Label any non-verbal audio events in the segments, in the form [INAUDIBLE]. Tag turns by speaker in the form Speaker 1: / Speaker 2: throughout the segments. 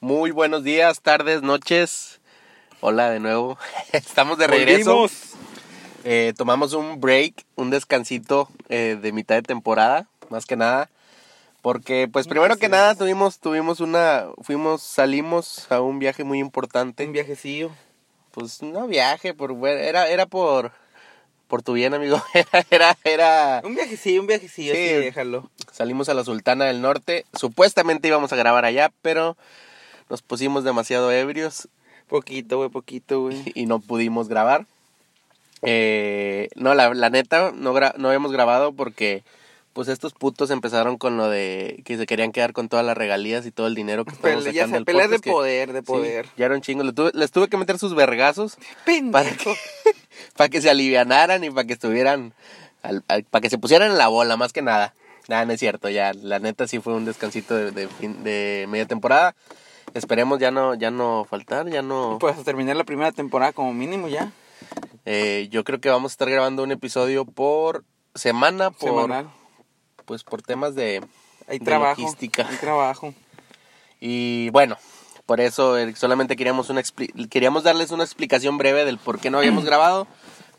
Speaker 1: Muy buenos días, tardes, noches. Hola de nuevo. [LAUGHS] Estamos de regreso.
Speaker 2: Volvimos.
Speaker 1: Eh, tomamos un break, un descansito eh, de mitad de temporada, más que nada. Porque, pues, primero que nada, tuvimos, tuvimos una, fuimos, salimos a un viaje muy importante.
Speaker 2: Un viajecillo.
Speaker 1: Pues, no viaje, por, era, era por, por tu bien, amigo. [LAUGHS] Era, era, era.
Speaker 2: Un viajecillo, un viajecillo,
Speaker 1: Sí.
Speaker 2: sí, déjalo.
Speaker 1: Salimos a la Sultana del Norte. Supuestamente íbamos a grabar allá, pero nos pusimos demasiado ebrios
Speaker 2: Poquito, güey, poquito, güey.
Speaker 1: y no pudimos grabar. Eh, no, la, la neta, no, gra- no habíamos grabado porque pues estos putos empezaron con lo de que se querían quedar con todas las regalías y todo el dinero que estábamos
Speaker 2: Pele- ya
Speaker 1: sacando
Speaker 2: sea,
Speaker 1: del
Speaker 2: peleas de
Speaker 1: podcast, que-
Speaker 2: poder, de
Speaker 1: sí,
Speaker 2: poder.
Speaker 1: ya era un chingo. Le tuve- les tuve que meter sus vergazos para
Speaker 2: Pendejo.
Speaker 1: que, para que se alivianaran y para que estuvieran, al- al- para que se pusieran en la bola, más que nada. Nada, no es cierto, ya, la neta sí fue un descansito de, de fin- de media temporada. Esperemos ya no, ya no faltar, ya no...
Speaker 2: Pues a terminar la primera temporada como mínimo ya.
Speaker 1: Eh, yo creo que vamos a estar grabando un episodio por semana, por,
Speaker 2: Semanal.
Speaker 1: pues por temas de,
Speaker 2: Hay
Speaker 1: de
Speaker 2: trabajo.
Speaker 1: logística.
Speaker 2: Hay trabajo.
Speaker 1: Y bueno, por eso eh, solamente queríamos, una expli- queríamos darles una explicación breve del por qué no habíamos grabado.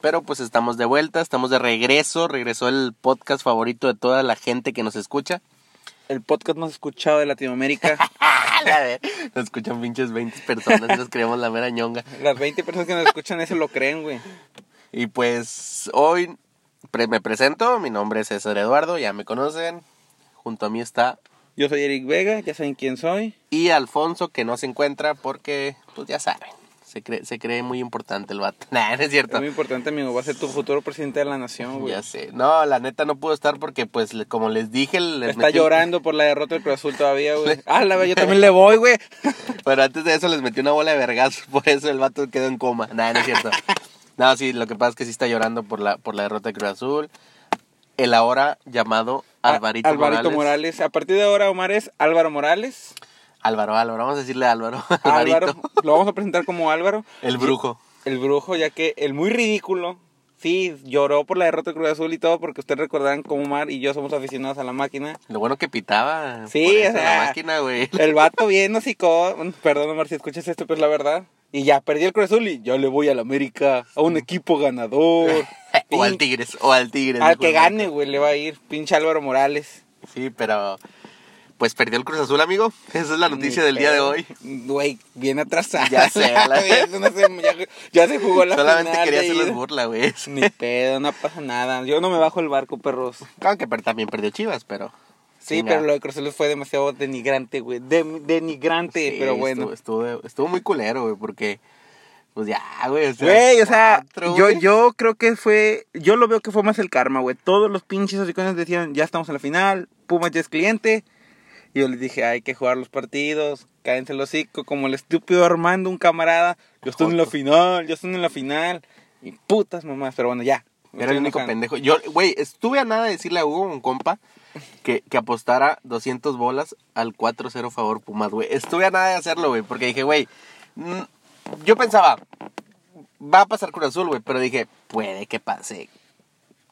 Speaker 1: Pero pues estamos de vuelta, estamos de regreso. Regresó el podcast favorito de toda la gente que nos escucha. [LAUGHS]
Speaker 2: El podcast más escuchado de Latinoamérica.
Speaker 1: Nos escuchan pinches 20 personas, nos creemos la mera ñonga.
Speaker 2: [LAUGHS] Las 20 personas que nos escuchan eso lo creen, güey.
Speaker 1: Y pues hoy pre- me presento, mi nombre es César Eduardo, ya me conocen. Junto a mí está
Speaker 2: Yo soy Eric Vega, ya saben quién soy.
Speaker 1: y Alfonso que no se encuentra porque, pues ya saben, se cree, se cree muy importante el vato. [LAUGHS] Nah, no es
Speaker 2: Es
Speaker 1: cierto.
Speaker 2: muy importante, amigo. Va a ser tu futuro presidente de la nación, güey.
Speaker 1: Ya sé. No, la neta no pudo estar porque, pues, le- como les dije, les
Speaker 2: Está
Speaker 1: metí-
Speaker 2: llorando por la derrota del Cruz Azul todavía, [LAUGHS] güey. Ah, la verdad, yo también le voy, güey.
Speaker 1: [LAUGHS] Pero antes de eso les metí una bola de vergazos, por eso el vato quedó en coma. Nah, no es
Speaker 2: [LAUGHS]
Speaker 1: cierto. no, sí, lo que pasa es que sí está llorando por la, por la derrota de Cruz Azul. El ahora llamado
Speaker 2: A-
Speaker 1: Alvarito,
Speaker 2: Ah, Alvarito Morales.
Speaker 1: Morales.
Speaker 2: A partir de ahora, Omar es Álvaro Morales.
Speaker 1: Álvaro, Álvaro, vamos a decirle Álvaro. [LAUGHS]
Speaker 2: Álvaro.
Speaker 1: Alvarito.
Speaker 2: [LAUGHS] Lo vamos a presentar como Álvaro.
Speaker 1: El brujo.
Speaker 2: El brujo, ya que el muy ridículo. Sí, lloró por la derrota de Cruz Azul y todo, porque ustedes recordarán como Omar y yo somos aficionados a la máquina.
Speaker 1: Lo bueno que pitaba.
Speaker 2: Sí,
Speaker 1: por eso
Speaker 2: o sea,
Speaker 1: la máquina, güey.
Speaker 2: El vato bien hocicó. Perdón, Omar, si escuchas esto, pero es la verdad. Y ya perdí el Cruz Azul y yo le voy al América, a un equipo ganador.
Speaker 1: [LAUGHS] O al Tigres, o al Tigres.
Speaker 2: Al
Speaker 1: dijo
Speaker 2: que
Speaker 1: el
Speaker 2: gane, güey, le va a ir. Pinche Álvaro Morales.
Speaker 1: Sí, pero pues perdió el Cruz Azul, amigo. Esa es la noticia
Speaker 2: Ni
Speaker 1: del día de
Speaker 2: pedo.
Speaker 1: hoy.
Speaker 2: Güey, bien atrasada.
Speaker 1: Ya
Speaker 2: [LAUGHS]
Speaker 1: sé, la-
Speaker 2: Bien, no sé, ya, ya se jugó la
Speaker 1: Solamente
Speaker 2: final
Speaker 1: quería
Speaker 2: de
Speaker 1: hacerles
Speaker 2: ida.
Speaker 1: burla, güey.
Speaker 2: Ni pedo, no pasa nada. Yo no me bajo el barco, perros.
Speaker 1: Claro que per- también perdió Chivas, pero...
Speaker 2: Sí,
Speaker 1: Chinga.
Speaker 2: pero lo de Cruz Azul fue demasiado denigrante, güey. Dem- denigrante,
Speaker 1: Sí,
Speaker 2: pero bueno.
Speaker 1: Estuvo, estuvo, estuvo muy culero, güey, porque... Pues ya, güey. o sea,
Speaker 2: Güey, o sea,
Speaker 1: cuatro,
Speaker 2: yo,
Speaker 1: güey.
Speaker 2: yo creo que fue, yo lo veo que fue más el karma, güey. Todos los pinches hocicones decían, ya estamos en la final, Pumas ya es cliente. Y yo les dije, hay que jugar los partidos, cádense el hocico, como el estúpido Armando, un camarada. Yo estoy en la
Speaker 1: Joto.
Speaker 2: final, yo estoy en la final. Y putas mamás, pero bueno, ya. Me
Speaker 1: Era el
Speaker 2: estoy
Speaker 1: único
Speaker 2: enojando.
Speaker 1: pendejo. Yo, güey, estuve a nada de decirle a Hugo, un compa, que, que apostara 200 bolas al 4-0 favor Pumas, güey. Estuve a nada de hacerlo, güey, porque dije, güey, mm, yo pensaba, va a pasar Cruz Azul, güey, pero dije, puede que pase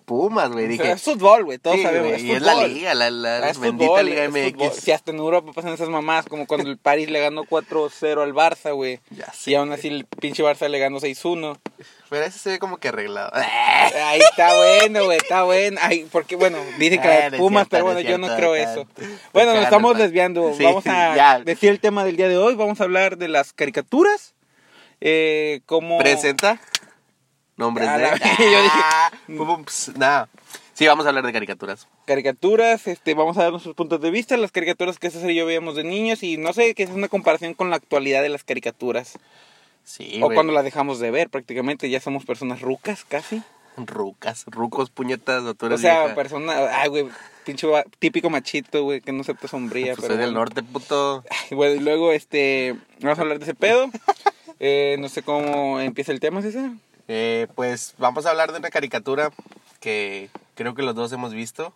Speaker 1: Pumas, güey.
Speaker 2: Pero
Speaker 1: Dije,
Speaker 2: es fútbol, güey, todos
Speaker 1: sí,
Speaker 2: sabemos.
Speaker 1: güey,
Speaker 2: es
Speaker 1: y es la
Speaker 2: fútbol.
Speaker 1: liga, la, la
Speaker 2: Ah, es
Speaker 1: bendita
Speaker 2: fútbol,
Speaker 1: Liga
Speaker 2: es fútbol.
Speaker 1: MX.
Speaker 2: Si hasta en Europa pasan esas mamás, como cuando el París le ganó 4-0 al Barça, güey.
Speaker 1: Ya sé,
Speaker 2: Y aún así el pinche Barça le ganó 6-1.
Speaker 1: Pero ese se ve como que arreglado.
Speaker 2: Ahí está bueno, güey, está bueno. Ay, porque, bueno, dice que
Speaker 1: Ah,
Speaker 2: la
Speaker 1: no
Speaker 2: de
Speaker 1: es
Speaker 2: Pumas,
Speaker 1: cierto,
Speaker 2: pero
Speaker 1: no
Speaker 2: bueno,
Speaker 1: es
Speaker 2: yo no
Speaker 1: cierto,
Speaker 2: creo
Speaker 1: está-
Speaker 2: eso.
Speaker 1: está
Speaker 2: Bueno,
Speaker 1: cagando,
Speaker 2: nos estamos
Speaker 1: está-
Speaker 2: desviando.
Speaker 1: Sí,
Speaker 2: Vamos a
Speaker 1: ya.
Speaker 2: decir el tema del día de hoy. Vamos a hablar de las caricaturas. Eh, como...
Speaker 1: Presenta nombres
Speaker 2: A
Speaker 1: de.
Speaker 2: la-
Speaker 1: [LAUGHS]
Speaker 2: yo dije-
Speaker 1: Ah,
Speaker 2: [LAUGHS]
Speaker 1: pum, pum, ps, nada. Sí, vamos a hablar de caricaturas.
Speaker 2: caricaturas, este, vamos a dar nuestros puntos de vista, las caricaturas que César y yo veíamos de niños y no sé, que es una comparación con la actualidad de las caricaturas.
Speaker 1: Sí,
Speaker 2: o
Speaker 1: güey.
Speaker 2: cuando las dejamos de ver, prácticamente ya somos personas rucas casi.
Speaker 1: Rucas, rucos, puñetas, o tú
Speaker 2: O
Speaker 1: eres
Speaker 2: sea,
Speaker 1: vieja.
Speaker 2: personas, ay, güey, pinche va- típico machito, güey, que no acepta sombrilla.
Speaker 1: Pues
Speaker 2: pero
Speaker 1: soy del
Speaker 2: bueno.
Speaker 1: norte, puto.
Speaker 2: [LAUGHS] Ay, güey, y luego, este, vamos a hablar de ese pedo. Eh, no sé cómo empieza el tema, César.
Speaker 1: Eh, pues vamos a hablar de una caricatura que creo que los dos hemos visto.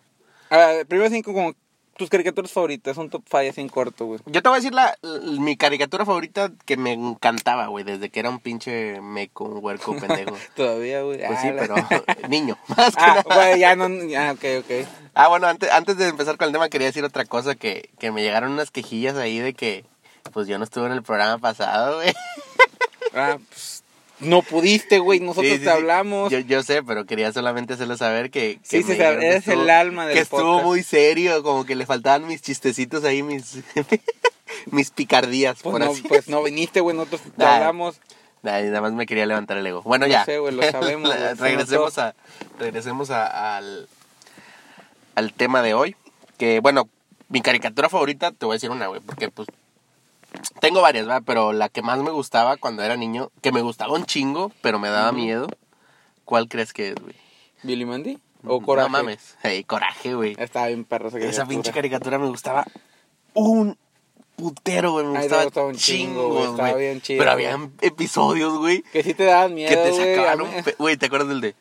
Speaker 2: A ver, Ah, primero cinco, como tus caricaturas favoritas, un top 5 así en corto, güey.
Speaker 1: Yo te voy a decir la, l- mi caricatura favorita que me encantaba, güey, desde que era un pinche meco, un
Speaker 2: [LAUGHS]
Speaker 1: huerco pendejo.
Speaker 2: Todavía, güey.
Speaker 1: Pues
Speaker 2: Ah,
Speaker 1: sí,
Speaker 2: la- [LAUGHS]
Speaker 1: pero [LAUGHS] niño, más que nada.
Speaker 2: Ah, güey, ya no, ya, ok, ok.
Speaker 1: Ah, bueno, antes, antes de empezar con el tema quería decir otra cosa que, que me llegaron unas quejillas ahí de que Pues yo no estuve en el programa pasado, güey.
Speaker 2: Ah, pues, no pudiste, güey. Nosotros
Speaker 1: Sí, sí,
Speaker 2: te
Speaker 1: sí.
Speaker 2: hablamos.
Speaker 1: Yo, yo sé, pero quería solamente hacerlo saber que. que
Speaker 2: Sí,
Speaker 1: me
Speaker 2: sí,
Speaker 1: dijeron que
Speaker 2: eres
Speaker 1: estuvo-
Speaker 2: el alma del
Speaker 1: Que estuvo
Speaker 2: podcast.
Speaker 1: muy serio, como que le faltaban mis chistecitos ahí, mis. [LAUGHS] mis picardías,
Speaker 2: Pues
Speaker 1: por
Speaker 2: no,
Speaker 1: así.
Speaker 2: pues no viniste, güey. Nosotros te
Speaker 1: Nah.
Speaker 2: hablamos.
Speaker 1: Ay, nada más me quería levantar el ego. Bueno,
Speaker 2: No
Speaker 1: ya.
Speaker 2: sé, güey,
Speaker 1: [LAUGHS]
Speaker 2: lo sabemos, güey, se
Speaker 1: regresemos a, regresemos a- al, al tema de hoy. Que, bueno, mi caricatura favorita, te voy a decir una, güey, porque pues... Tengo varias, ¿verdad? Pero la que más me gustaba cuando era niño, que me gustaba un chingo, pero me daba miedo. ¿Cuál crees que es, güey?
Speaker 2: ¿Billy Mandy? ¿O Coraje?
Speaker 1: No mames. Hey, coraje, güey.
Speaker 2: Estaba bien perro esa
Speaker 1: Esa pinche
Speaker 2: caricatura.
Speaker 1: caricatura me gustaba un putero, güey. Me
Speaker 2: Ay, te
Speaker 1: gustaba,
Speaker 2: gustaba un chingo,
Speaker 1: chingo,
Speaker 2: güey, estaba
Speaker 1: güey.
Speaker 2: bien chida,
Speaker 1: Pero
Speaker 2: güey.
Speaker 1: había episodios, güey,
Speaker 2: Que sí te daban miedo,
Speaker 1: que te
Speaker 2: güey, a
Speaker 1: sacaban
Speaker 2: mí-
Speaker 1: un... pe- Güey, ¿te acuerdas del de...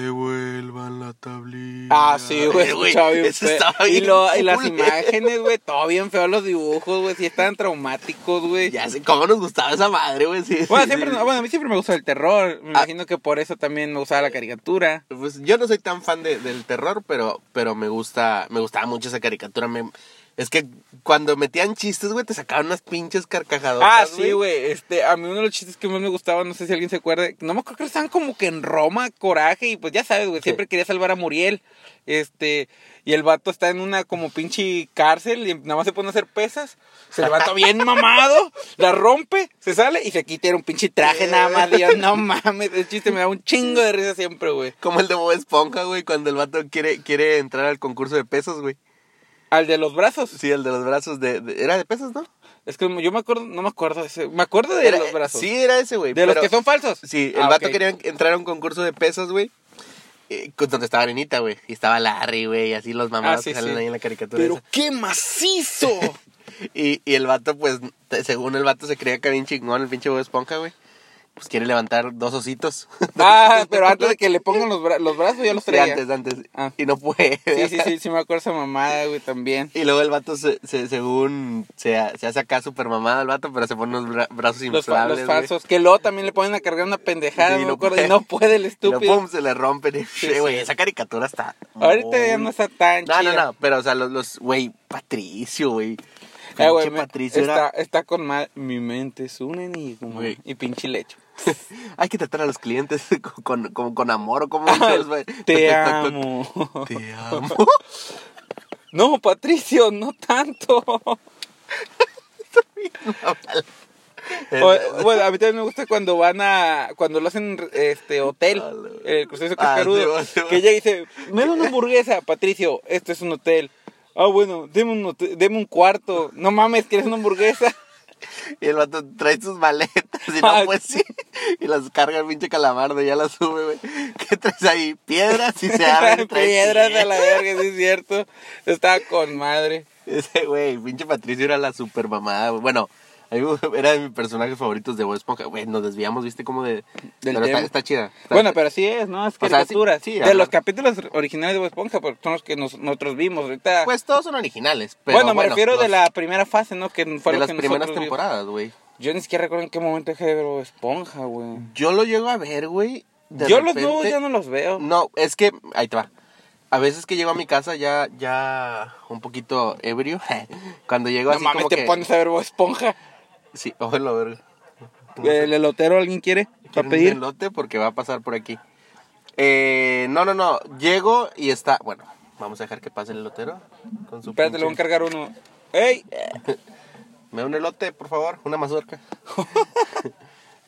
Speaker 1: Devuelvan la tablilla?
Speaker 2: Ah, sí, güey,
Speaker 1: Eh,
Speaker 2: estaba bien
Speaker 1: ese
Speaker 2: feo.
Speaker 1: estaba
Speaker 2: y,
Speaker 1: bien
Speaker 2: lo- y las
Speaker 1: culero.
Speaker 2: imágenes, güey, todo bien feo los dibujos, güey, sí estaban traumáticos, güey.
Speaker 1: Ya sé, cómo nos gustaba esa madre, güey. Sí,
Speaker 2: Bueno,
Speaker 1: sí, Ah.
Speaker 2: siempre,
Speaker 1: sí.
Speaker 2: bueno, a mí siempre me gustó el terror, me imagino que por eso también me gustaba la caricatura.
Speaker 1: Pues yo no soy tan fan de- del terror, pero, pero me gusta, me gustaba mucho esa caricatura. me- es que cuando metían chistes, güey, te sacaban unas pinches carcajadotas.
Speaker 2: Ah, sí, güey, este, a mí uno de los chistes que más me gustaba, no sé si alguien se acuerda, no me acuerdo que estaban como que en Roma, coraje, y pues ya sabes, güey, siempre quería salvar a Muriel, este, y el vato está en una como pinche cárcel y nada más se pone a hacer pesas, se el vato bien
Speaker 1: [LAUGHS]
Speaker 2: mamado, la rompe, se sale y se quita era un pinche traje nada más, y yo, no mames, el chiste me da un chingo de risa siempre, güey.
Speaker 1: Como el de Bob Esponja, güey, cuando el vato quiere, quiere entrar al concurso de pesos, güey.
Speaker 2: Al de los brazos,
Speaker 1: Sí, el de los brazos de, de- era de pesos, ¿no?
Speaker 2: es que yo me acuerdo, no me acuerdo de ese, me acuerdo de
Speaker 1: Era-
Speaker 2: los brazos.
Speaker 1: Sí, era ese, güey.
Speaker 2: De los
Speaker 1: pero-
Speaker 2: que son falsos.
Speaker 1: Sí, el
Speaker 2: Ah,
Speaker 1: vato
Speaker 2: ok.
Speaker 1: quería entrar a un concurso de pesos, güey. eh, con- donde estaba Arenita, güey. Y estaba Larry, güey. Y así los mamados
Speaker 2: Ah, sí,
Speaker 1: que salen
Speaker 2: sí.
Speaker 1: ahí en la caricatura.
Speaker 2: Pero
Speaker 1: esa.
Speaker 2: qué macizo.
Speaker 1: [LAUGHS] Y, y el vato, pues, te- según el vato se creía que bien chingón, el pinche Bob Esponja, güey. Pues quiere levantar dos ositos. [LAUGHS]
Speaker 2: Ah, pero antes de que le pongan los, bra- los brazos, ya los
Speaker 1: Sí,
Speaker 2: traía.
Speaker 1: antes, antes.
Speaker 2: Ah.
Speaker 1: Y no puede.
Speaker 2: Sí, sí, sí, sí me acuerdo esa mamada, güey, también.
Speaker 1: [LAUGHS] Y luego el vato, se, se- según se, se hace acá super mamada el vato, pero se pone unos bra- brazos
Speaker 2: Los, fa-
Speaker 1: inflables.
Speaker 2: los
Speaker 1: güey.
Speaker 2: falsos, que luego también le ponen a cargar una pendejada,
Speaker 1: Sí,
Speaker 2: no
Speaker 1: no
Speaker 2: me acuerdo,
Speaker 1: puede.
Speaker 2: y no puede el
Speaker 1: Y luego,
Speaker 2: estúpido.
Speaker 1: pum, se le [LAUGHS] rompen.
Speaker 2: Sí,
Speaker 1: Güey,
Speaker 2: sí.
Speaker 1: esa caricatura está.
Speaker 2: Ahorita ya
Speaker 1: muy-
Speaker 2: no está tan
Speaker 1: No,
Speaker 2: Ah,
Speaker 1: no,
Speaker 2: chida.
Speaker 1: no, pero o sea, los, los güey, Patricio, güey.
Speaker 2: Eh, güey,
Speaker 1: Pinche
Speaker 2: me-
Speaker 1: Patricio
Speaker 2: está,
Speaker 1: era.
Speaker 2: está con mal. Mi mente es un enigma.
Speaker 1: Güey.
Speaker 2: Y pinche
Speaker 1: [LAUGHS]
Speaker 2: lecho.
Speaker 1: Hay que tratar a los clientes [LAUGHS] con, con, como con amor o
Speaker 2: [LAUGHS]
Speaker 1: como. [LAUGHS]
Speaker 2: Te amo. [LAUGHS]
Speaker 1: Te amo.
Speaker 2: No, Patricio, no tanto. O- bueno, a mí también me gusta cuando van a. Cuando lo hacen este hotel. El crucero
Speaker 1: Ah, sí,
Speaker 2: cascarudo.
Speaker 1: bueno, sí, bueno.
Speaker 2: que ella dice: Me dan una hamburguesa, Patricio. Esto es un hotel. Ah, bueno, deme un, hotel- deme un cuarto. No mames, ¿quieres
Speaker 1: [LAUGHS]
Speaker 2: una hamburguesa?
Speaker 1: Y el vato trae sus maletas y no,
Speaker 2: Ah,
Speaker 1: pues sí. [LAUGHS] Y las carga el pinche calamardo y ya las sube, güey. [LAUGHS] ¿Qué traes ahí? Piedras y se abren. trae
Speaker 2: [LAUGHS] Piedras
Speaker 1: piedras.
Speaker 2: a la verga, sí es cierto. Estaba con madre.
Speaker 1: [LAUGHS] Ese güey, pinche Patricio era la super mamada, güey. Bueno, a mí me- [LAUGHS] era de mis personajes favoritos de Bob Esponja. Güey, nos desviamos, viste, como de...
Speaker 2: Del
Speaker 1: pero está,
Speaker 2: tema.
Speaker 1: está chida. Está-
Speaker 2: Bueno, pero así es, ¿no? Es
Speaker 1: sea, sí,
Speaker 2: caricatura.
Speaker 1: sí,
Speaker 2: de
Speaker 1: habla-
Speaker 2: los capítulos originales de Bob Esponja, porque son los que nos- nosotros vimos ahorita.
Speaker 1: Pues todos son originales, pero
Speaker 2: bueno, me refiero de
Speaker 1: los-
Speaker 2: la primera fase, ¿no? Que fue
Speaker 1: de
Speaker 2: lo
Speaker 1: las
Speaker 2: que
Speaker 1: primeras
Speaker 2: nosotros vimos.
Speaker 1: temporadas, güey.
Speaker 2: Yo ni siquiera recuerdo en qué momento dejé de ver Bob Esponja, güey.
Speaker 1: Yo lo llego a ver, güey. de
Speaker 2: Yo los nuevos
Speaker 1: repente-
Speaker 2: ya no los veo.
Speaker 1: No, es que, ahí te va. A veces que llego a mi casa ya, ya un poquito ebrio. [LAUGHS] Cuando llego
Speaker 2: No
Speaker 1: así
Speaker 2: mames,
Speaker 1: como
Speaker 2: te
Speaker 1: que...
Speaker 2: pones a ver Bob Esponja.
Speaker 1: Sí, [LAUGHS] ojo la verga.
Speaker 2: El elotero, ¿alguien quiere? ¿Para
Speaker 1: Pues, ¿Quieren un
Speaker 2: pedir?
Speaker 1: elote? porque va a pasar por aquí. Eh, no, no, no. Llego y está. Bueno, vamos a dejar que pase el elotero. Con su
Speaker 2: Espérate, le voy a
Speaker 1: pinche- Eh,
Speaker 2: encargar uno. ¡Ey!
Speaker 1: Me da un elote, por favor. Una mazorca. [LAUGHS]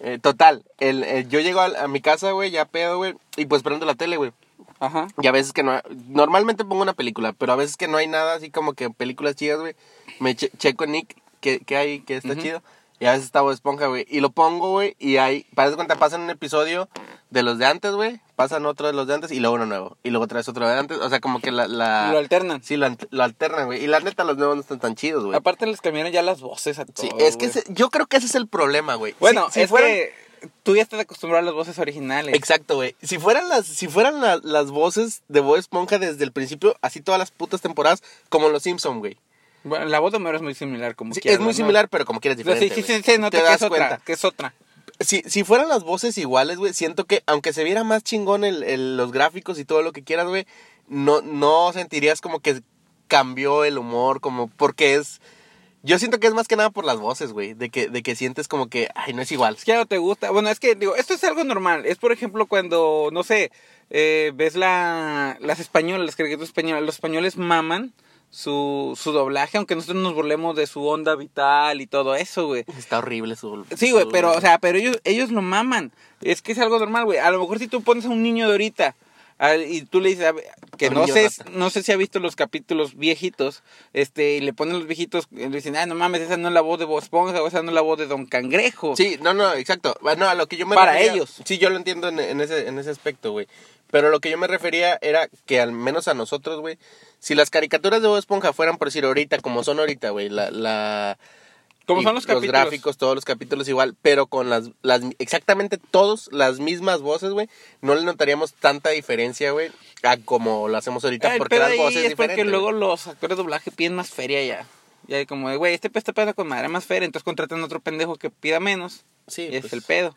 Speaker 1: Eh, total. El, el- yo llego al- a, mi casa, güey, ya pedo, güey. Y pues prendo la tele, güey.
Speaker 2: Ajá.
Speaker 1: Y a veces que no. Normalmente pongo una película, pero a veces que no hay nada así como que películas chidas, güey. Me che- checo en Nick, que, que hay, que está chido. Y a veces está Bob Esponja, güey. Y lo pongo, güey. Y hay. Parece cuenta, pasan un episodio de los de antes, güey. Pasan otro de los de antes y luego uno nuevo. Y luego otra vez otro de antes. O sea, como que la. la-
Speaker 2: Lo alternan.
Speaker 1: Sí, lo, ant- lo alternan, güey. Y la neta, los nuevos no están tan chidos, güey.
Speaker 2: Aparte les cambiaron ya las voces a todos.
Speaker 1: Sí, es que
Speaker 2: Oh, güey.
Speaker 1: ese- yo creo que ese es el problema, güey.
Speaker 2: Bueno,
Speaker 1: Si- si
Speaker 2: es
Speaker 1: fueran-
Speaker 2: que tú ya estás acostumbrado a las voces originales.
Speaker 1: Exacto, güey. Si fueran las, si fueran la- las voces de Bob Esponja desde el principio, así todas las putas temporadas, como en los Simpson, güey.
Speaker 2: Bueno, la voz de Homero es muy similar como
Speaker 1: Sí, es
Speaker 2: quieras,
Speaker 1: muy
Speaker 2: ¿no?
Speaker 1: similar, pero como quieres
Speaker 2: O sea,
Speaker 1: diferente.
Speaker 2: sí, sí,
Speaker 1: güey.
Speaker 2: sí, se nota
Speaker 1: Te
Speaker 2: que es
Speaker 1: das
Speaker 2: otra,
Speaker 1: cuenta.
Speaker 2: que es otra.
Speaker 1: Si, si fueran las voces iguales, güey, siento que aunque se viera más chingón el, el- los gráficos y todo lo que quieras, güey, no, no sentirías como que cambió el humor, como porque es... Yo siento que es más que nada por las voces, güey. De que, de que sientes como que, ay, no es igual.
Speaker 2: Es que ya no te gusta. Bueno, es que digo, esto es algo normal. Es por ejemplo cuando, no sé, eh, ves la, las españolas, las caricaturas españolas. Los españoles maman su, su doblaje, aunque nosotros nos burlemos de su onda vital y todo eso, güey.
Speaker 1: Está horrible su.
Speaker 2: Sí, güey,
Speaker 1: su-
Speaker 2: pero, o sea, pero ellos, ellos lo maman. Es que es algo normal, güey. A lo mejor si tú pones a un niño de ahorita al- y tú le dices, a ver, que
Speaker 1: Un
Speaker 2: no
Speaker 1: niño
Speaker 2: sé,
Speaker 1: rata.
Speaker 2: no sé si ha visto los capítulos viejitos, este, y le ponen los viejitos, y le dicen, ah, no mames, esa no es la voz de Bob Esponja, o esa no es la voz de Don Cangrejo.
Speaker 1: Sí, no, no, exacto. No, a lo que yo me
Speaker 2: Para
Speaker 1: refería-
Speaker 2: ellos.
Speaker 1: Sí, yo lo entiendo en, en ese, en ese aspecto, güey. Pero lo que yo me refería era que al menos a nosotros, güey, si las caricaturas de Bob Esponja fueran, por decir, ahorita, como son ahorita, güey, la, la...
Speaker 2: Como
Speaker 1: y
Speaker 2: son los capítulos.
Speaker 1: gráficos, todos los capítulos igual, pero con las, las exactamente todos las mismas voces, güey, no le notaríamos tanta diferencia, güey, a como lo hacemos ahorita,
Speaker 2: Ah, el
Speaker 1: porque
Speaker 2: pedo
Speaker 1: las
Speaker 2: ahí
Speaker 1: voces
Speaker 2: es porque
Speaker 1: diferentes,
Speaker 2: luego
Speaker 1: güey.
Speaker 2: los actores de doblaje piden más feria ya. Ya hay como de, güey, este pe- está pedo con madre más feria, entonces contratan a otro pendejo que pida menos.
Speaker 1: Sí,
Speaker 2: y es
Speaker 1: pues.
Speaker 2: el pedo.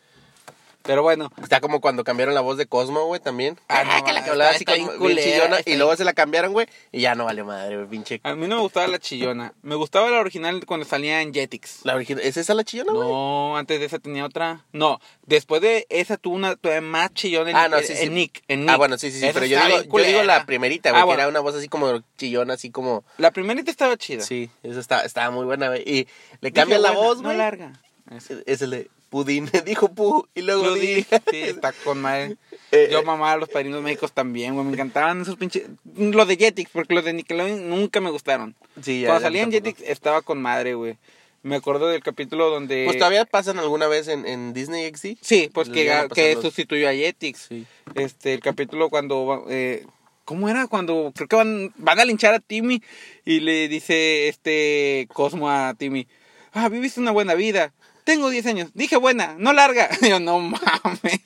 Speaker 2: Pero bueno,
Speaker 1: Está como cuando cambiaron la voz de Cosmo, güey, también.
Speaker 2: Ah, no,
Speaker 1: que la que
Speaker 2: está-
Speaker 1: hablaba así
Speaker 2: está
Speaker 1: como
Speaker 2: bien
Speaker 1: bien
Speaker 2: culera,
Speaker 1: chillona,
Speaker 2: está
Speaker 1: y
Speaker 2: bien-
Speaker 1: luego se la cambiaron, güey, y ya no vale madre, güey, pinche.
Speaker 2: a mí no me gustaba la chillona. Me gustaba la original cuando salía en Jetix.
Speaker 1: La original, ¿es esa la chillona, güey?
Speaker 2: No, antes de esa tenía otra. No, después de esa tuvo una todavía más chillona en,
Speaker 1: Ah, no,
Speaker 2: en-
Speaker 1: sí, sí.
Speaker 2: en Nick, en
Speaker 1: Ah,
Speaker 2: Nick.
Speaker 1: bueno, sí, sí, sí,
Speaker 2: Esa
Speaker 1: pero yo
Speaker 2: está
Speaker 1: digo,
Speaker 2: bien
Speaker 1: yo digo
Speaker 2: culera.
Speaker 1: la primerita,
Speaker 2: Ah,
Speaker 1: güey, que
Speaker 2: bueno,
Speaker 1: era una voz así como chillona, así como...
Speaker 2: La primerita estaba chida.
Speaker 1: Sí, esa está, estaba muy buena, güey. Y le
Speaker 2: Dije,
Speaker 1: cambian la
Speaker 2: "Buena,
Speaker 1: voz, güey.
Speaker 2: No larga. Esa.
Speaker 1: Es el de Pudín, [LAUGHS] dijo Pu, y luego
Speaker 2: Lo
Speaker 1: di.
Speaker 2: dije, sí, está con madre.
Speaker 1: Eh,
Speaker 2: Yo
Speaker 1: eh.
Speaker 2: mamaba a los padrinos médicos también, güey. Me encantaban esos pinches. Los de Jetix, porque los de Nickelodeon nunca me gustaron.
Speaker 1: [LAUGHS] Sí, ya,
Speaker 2: Cuando
Speaker 1: ya
Speaker 2: salía en
Speaker 1: tampoco.
Speaker 2: Jetix estaba con madre, güey. Me acuerdo del capítulo donde.
Speaker 1: Pues todavía pasan alguna vez en, en Disney XD.
Speaker 2: Sí, pues
Speaker 1: Les
Speaker 2: que,
Speaker 1: llegan a pasar
Speaker 2: que
Speaker 1: los-
Speaker 2: sustituyó a Jetix.
Speaker 1: Sí.
Speaker 2: Este, el capítulo cuando. eh, ¿Cómo era? Cuando. Creo que van, van a linchar a Timmy. Y le dice este Cosmo a Timmy: Ah, viviste una buena vida. Tengo 10 años. Dije buena, no larga. [LAUGHS] Y yo, no mames.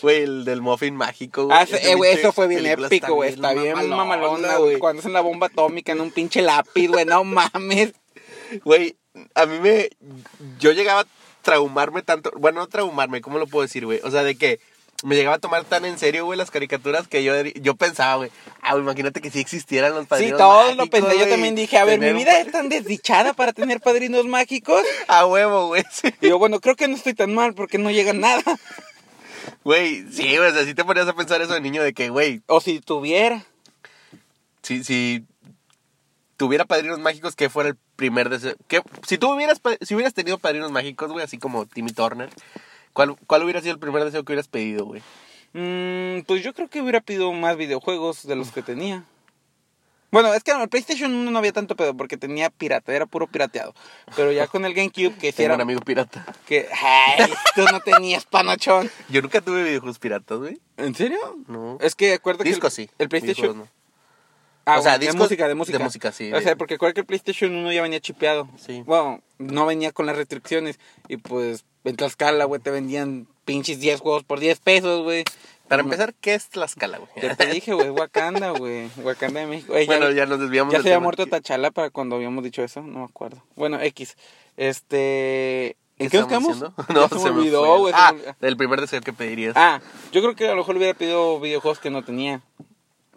Speaker 1: Güey, el del muffin mágico,
Speaker 2: Ah,
Speaker 1: Esa
Speaker 2: eh, güey,
Speaker 1: pinche
Speaker 2: eso fue bien
Speaker 1: película
Speaker 2: épico, güey. Está bien mamalona, güey. Cuando hacen la bomba atómica en un pinche lápiz, güey. No mames.
Speaker 1: Güey, a mí me. Yo llegaba a traumarme tanto. Bueno, no traumarme, ¿cómo lo puedo decir, güey? O sea, de que me llegaba a tomar tan en serio, güey, las caricaturas que yo, yo pensaba, güey. Ah, güey, imagínate que sí existieran los
Speaker 2: Sí,
Speaker 1: padrinos.
Speaker 2: todos lo
Speaker 1: mágicos,
Speaker 2: pensé. Yo
Speaker 1: güey.
Speaker 2: también dije, a ver, mi
Speaker 1: Tener un
Speaker 2: vida es tan desdichada para tener padrinos mágicos.
Speaker 1: pa- A huevo, güey. [LAUGHS] sí.
Speaker 2: Y yo, bueno, creo que no estoy tan mal porque no llega nada.
Speaker 1: Güey, sí, güey, o sea, sí te ponías a pensar eso de niño, de que, güey,
Speaker 2: O si tuviera.
Speaker 1: si, si tuviera padrinos mágicos, ¿qué fuera el primer deseo? ¿Qué- si tú hubieras, pa- si hubieras tenido padrinos mágicos, güey, así como Timmy Turner, ¿cuál, ¿cuál hubiera sido el primer deseo que hubieras pedido, güey?
Speaker 2: Mm, pues yo creo que hubiera pedido más videojuegos de los que tenía. Bueno, es que en el PlayStation 1 no había tanto pedo porque tenía pirata, era puro pirateado. Pero ya con el GameCube, que sí
Speaker 1: Tengo
Speaker 2: era.
Speaker 1: un amigo pirata.
Speaker 2: Que, ay, tú no tenías panochón.
Speaker 1: [LAUGHS] Yo nunca tuve videojuegos piratas, güey.
Speaker 2: ¿En serio?
Speaker 1: No.
Speaker 2: Es que acuerdo que.
Speaker 1: Discos
Speaker 2: el,
Speaker 1: sí.
Speaker 2: El PlayStation.
Speaker 1: videojuegos
Speaker 2: Ah,
Speaker 1: O sea,
Speaker 2: bueno,
Speaker 1: discos
Speaker 2: de música, de música.
Speaker 1: de música, sí,
Speaker 2: O
Speaker 1: de-
Speaker 2: sea, porque acuerdo que el PlayStation 1 ya venía chipeado.
Speaker 1: Sí.
Speaker 2: Bueno, no venía con las restricciones. Y pues, en Tlaxcala, güey, te vendían pinches 10 juegos por 10 pesos, güey.
Speaker 1: no. Para
Speaker 2: Como-
Speaker 1: empezar, ¿qué es Tlaxcala, güey?
Speaker 2: Ya te dije, güey, Wakanda, güey. Wakanda de México. Ey,
Speaker 1: [LAUGHS] bueno,
Speaker 2: ya-
Speaker 1: ya nos desviamos
Speaker 2: ya
Speaker 1: del
Speaker 2: se había
Speaker 1: tema.
Speaker 2: muerto Tachala para cuando habíamos dicho eso, no me acuerdo. Bueno, X. Este. ¿En qué, nos
Speaker 1: estamos
Speaker 2: quedamos?
Speaker 1: diciendo? [LAUGHS]
Speaker 2: Ya
Speaker 1: No,
Speaker 2: se me
Speaker 1: se me
Speaker 2: olvidó,
Speaker 1: fue.
Speaker 2: güey, se me
Speaker 1: Ah,
Speaker 2: olvidó.
Speaker 1: del primer deseo que pedirías.
Speaker 2: Ah, yo creo que a lo mejor hubiera pedido videojuegos que no tenía.